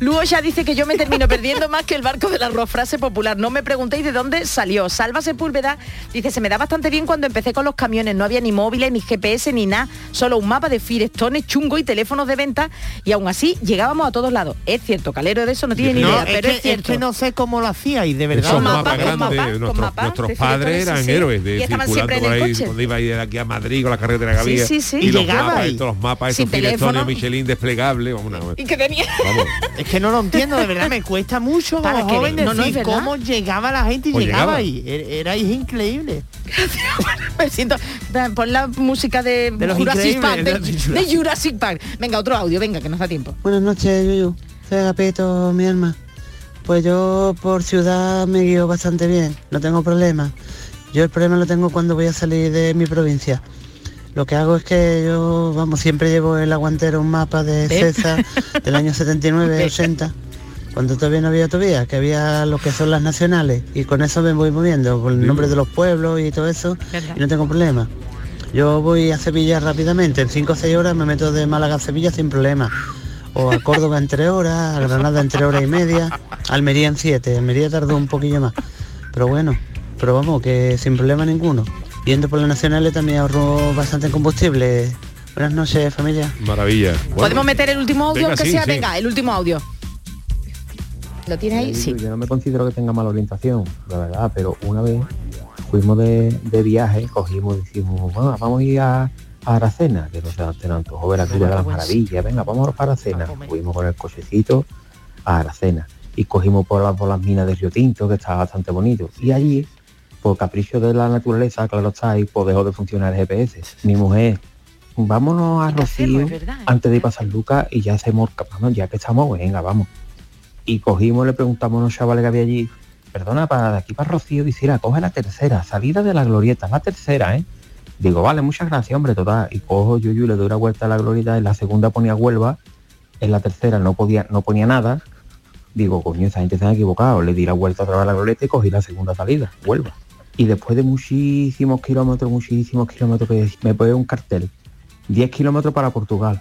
[SPEAKER 4] Luego ya dice que yo me termino perdiendo más que el barco del arroz, frase popular. No me preguntéis de dónde salió. Salva Sepúlveda dice, se me da bastante bien cuando empecé con los camiones. No había ni móviles, ni GPS, ni nada. Solo un mapa de firestones, chungo y teléfonos de venta. Y aún así llegábamos a todos lados. Es cierto, Calero de eso no tiene ni idea,
[SPEAKER 6] es
[SPEAKER 4] pero
[SPEAKER 6] que,
[SPEAKER 4] es cierto.
[SPEAKER 6] que no sé cómo lo hacíais, de verdad.
[SPEAKER 5] Esos
[SPEAKER 4] Con
[SPEAKER 5] mapas
[SPEAKER 4] mapa, con
[SPEAKER 5] grandes,
[SPEAKER 4] mapa, con
[SPEAKER 5] nuestros,
[SPEAKER 4] mapa,
[SPEAKER 5] nuestros
[SPEAKER 4] de
[SPEAKER 5] padres
[SPEAKER 4] circulatorio,
[SPEAKER 5] eran
[SPEAKER 4] sí, sí.
[SPEAKER 5] héroes de
[SPEAKER 4] Y estaban
[SPEAKER 5] circulando
[SPEAKER 4] siempre en
[SPEAKER 5] por
[SPEAKER 4] el
[SPEAKER 5] ahí,
[SPEAKER 4] coche.
[SPEAKER 5] cuando iba a ir aquí a Madrid con la carretera que
[SPEAKER 4] Sí,
[SPEAKER 5] había.
[SPEAKER 4] sí, sí.
[SPEAKER 5] Y,
[SPEAKER 4] Y
[SPEAKER 5] los
[SPEAKER 6] llegaba
[SPEAKER 5] mapas,
[SPEAKER 6] ahí.
[SPEAKER 5] estos mapas,
[SPEAKER 4] Sin
[SPEAKER 5] estos filestones,
[SPEAKER 4] teléfono.
[SPEAKER 5] Michelin desplegable, vamos, una-
[SPEAKER 4] Y que tenía...
[SPEAKER 5] vamos.
[SPEAKER 6] Es que no lo entiendo, de verdad, me cuesta mucho
[SPEAKER 4] Para
[SPEAKER 6] como
[SPEAKER 4] que
[SPEAKER 6] joven
[SPEAKER 4] ve- no, no, es
[SPEAKER 6] decir
[SPEAKER 4] verdad.
[SPEAKER 6] cómo llegaba la gente y
[SPEAKER 5] Pues
[SPEAKER 6] llegaba
[SPEAKER 5] llegaba.
[SPEAKER 6] ahí. E- Era increíble.
[SPEAKER 4] Me siento... Pon la música de,
[SPEAKER 6] De los
[SPEAKER 4] Jurassic
[SPEAKER 6] increíbles,
[SPEAKER 4] Park.
[SPEAKER 6] de
[SPEAKER 4] De,
[SPEAKER 6] los
[SPEAKER 4] de Jurassic Park. Venga, otro audio, venga, que nos da tiempo.
[SPEAKER 12] Buenas noches, Yuyu. Soy Agapito, mi alma. Pues yo por ciudad me guío bastante bien, no tengo problema. Yo el problema lo tengo cuando voy a salir de mi provincia. Lo que hago es que yo, vamos, siempre llevo en la guantera un mapa de
[SPEAKER 4] Ve.
[SPEAKER 12] César del año 79, 80, cuando todavía no había todavía, que había lo que son las nacionales, y con eso me voy moviendo, con el nombre de los pueblos y todo eso,
[SPEAKER 4] ¿Verdad?
[SPEAKER 12] y no tengo problema. Yo voy a Sevilla rápidamente, en 5 o 6 horas me meto de Málaga a Sevilla sin problema. O a Córdoba en 3 horas, a Granada en 3 horas y media, Almería en 7, Almería tardó un poquillo más. Pero bueno, pero vamos, que sin problema ninguno. Yendo por las nacionales también ahorro bastante combustible. Buenas noches, familia.
[SPEAKER 5] Maravilla. Bueno,
[SPEAKER 4] ¿Podemos meter el último audio?
[SPEAKER 5] venga,
[SPEAKER 4] que
[SPEAKER 5] sí,
[SPEAKER 4] sea,
[SPEAKER 5] sí.
[SPEAKER 4] venga, el último audio. ¿Lo tiene ahí? Sí.
[SPEAKER 13] Yo no me considero que tenga mala orientación, la verdad, pero una vez fuimos de, de viaje, cogimos, decimos, "Bueno, vamos a ir a, a Aracena, que no se te nos antojó Veracruz de las maravillas, venga, vamos para Aracena. Fuimos con el cochecito a Aracena y cogimos por, la- por las minas de Río Tinto, que está bastante bonito. Y allí, por capricho de la naturaleza, claro está, y pues dejó de funcionar el GPS. Mi mujer, vámonos a Rocío antes de ir para San Lucas y ya hacemos escapamos, ya que estamos, venga, vamos. Y cogimos, le preguntamos a unos chavales que había allí, perdona, para de aquí para Rocío, dice, "Mira, coge la tercera, salida de la glorieta, la tercera, ¿eh? Digo, vale, muchas gracias, hombre, total. Y cojo yo, yo le doy una vuelta a la glorieta, en la segunda ponía Huelva, en la tercera no podía, no ponía nada. Digo, coño, esa gente se ha equivocado. Le di la vuelta otra vez a la glorieta y cogí la segunda salida, Huelva. Y después de muchísimos kilómetros, muchísimos kilómetros, que me puse un cartel. 10 kilómetros para Portugal.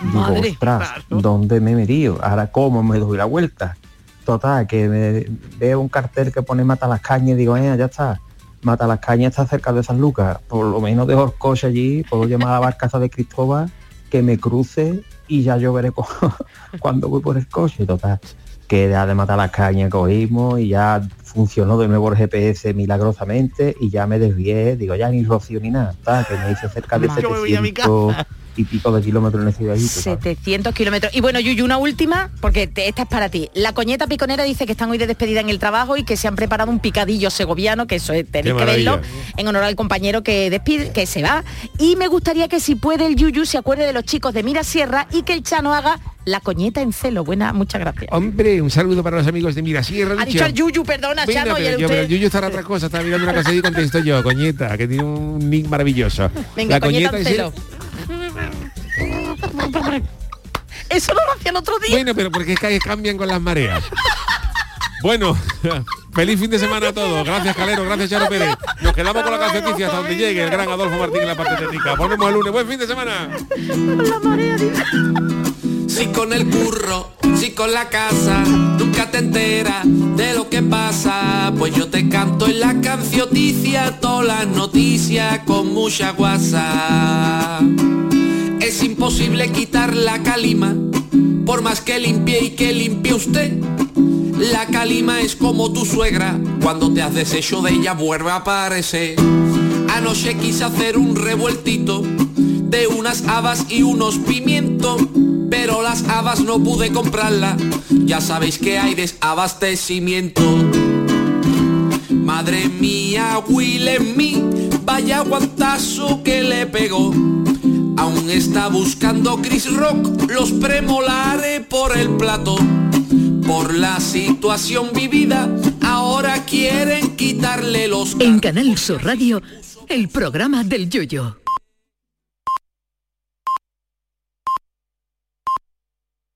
[SPEAKER 13] Digo,
[SPEAKER 4] Madre.
[SPEAKER 13] ostras, ¿dónde me he metido? Ahora, ¿cómo me doy la vuelta? Total, que me- veo un cartel que pone Mata las Cañas y digo, eh, ya está. Mata las Cañas está cerca de San Lucas. Por lo menos dejo el coche allí, puedo llamar a la barcaza de Cristóbal, que me cruce y ya yo veré cu- cuando voy por el coche. Total, que ya de Mata las Cañas cogimos y ya funcionó de nuevo el GPS milagrosamente y ya me desvié. Digo, ya ni rocío ni nada. Tal, que me hice cerca de
[SPEAKER 4] Madre.
[SPEAKER 6] Yo me voy a mi casa.
[SPEAKER 13] 700 y pico de kilómetros en ese viajito, ¿sabes?
[SPEAKER 4] 700 kilómetros. Y bueno, Yuyu, una última, porque te- esta es para ti. La coñeta piconera dice que están hoy de despedida en el trabajo y que se han preparado un picadillo segoviano, que eso es, tenéis
[SPEAKER 5] Qué
[SPEAKER 4] que verlo,
[SPEAKER 5] maravilla.
[SPEAKER 4] en honor al compañero que despide, que se va. Y me gustaría que si puede el Yuyu se acuerde de los chicos de Mira Sierra y que el Chano haga la coñeta en celo. Buena, muchas gracias.
[SPEAKER 5] Hombre, un saludo para los amigos de Mirasierra.
[SPEAKER 4] Ha dicho el Yuyu, perdona,
[SPEAKER 5] Venga,
[SPEAKER 4] Chano, y
[SPEAKER 5] pero
[SPEAKER 4] el
[SPEAKER 5] yo, pero
[SPEAKER 4] usted.
[SPEAKER 5] yo, yo estaba otra cosa, estaba mirando una cosa y contesto yo, coñeta, que tiene un nick maravilloso.
[SPEAKER 4] Venga, coñeta, en
[SPEAKER 5] es-
[SPEAKER 4] celo. Eso no lo hacía el otro día.
[SPEAKER 5] Bueno, pero porque es que cambian con las mareas. Bueno, feliz fin de semana a todos. Gracias, Calero, gracias, Charo Pérez. Nos quedamos con la calceticia hasta donde llegue el gran Adolfo Martín en la parte técnica. Volvemos el lunes. Buen fin de semana.
[SPEAKER 8] Si con el curro, si con la casa, nunca te enteras de lo que pasa. Pues yo te canto en la cancioticia todas las noticias con mucha guasa. Es imposible quitar la calima, por más que limpie y que limpie usted. La calima es como tu suegra, cuando te has deshecho de ella vuelve a aparecer. Anoche quise hacer un revueltito de unas habas y unos pimientos, pero las habas no pude comprarlas. Ya sabéis que hay desabastecimiento. Madre mía, Willemy, vaya guantazo que le pegó. Aún está buscando Chris Rock los premolares por el plato. Por la situación vivida, ahora quieren quitarle los
[SPEAKER 2] En Canal Sur Radio, el programa del Yoyo.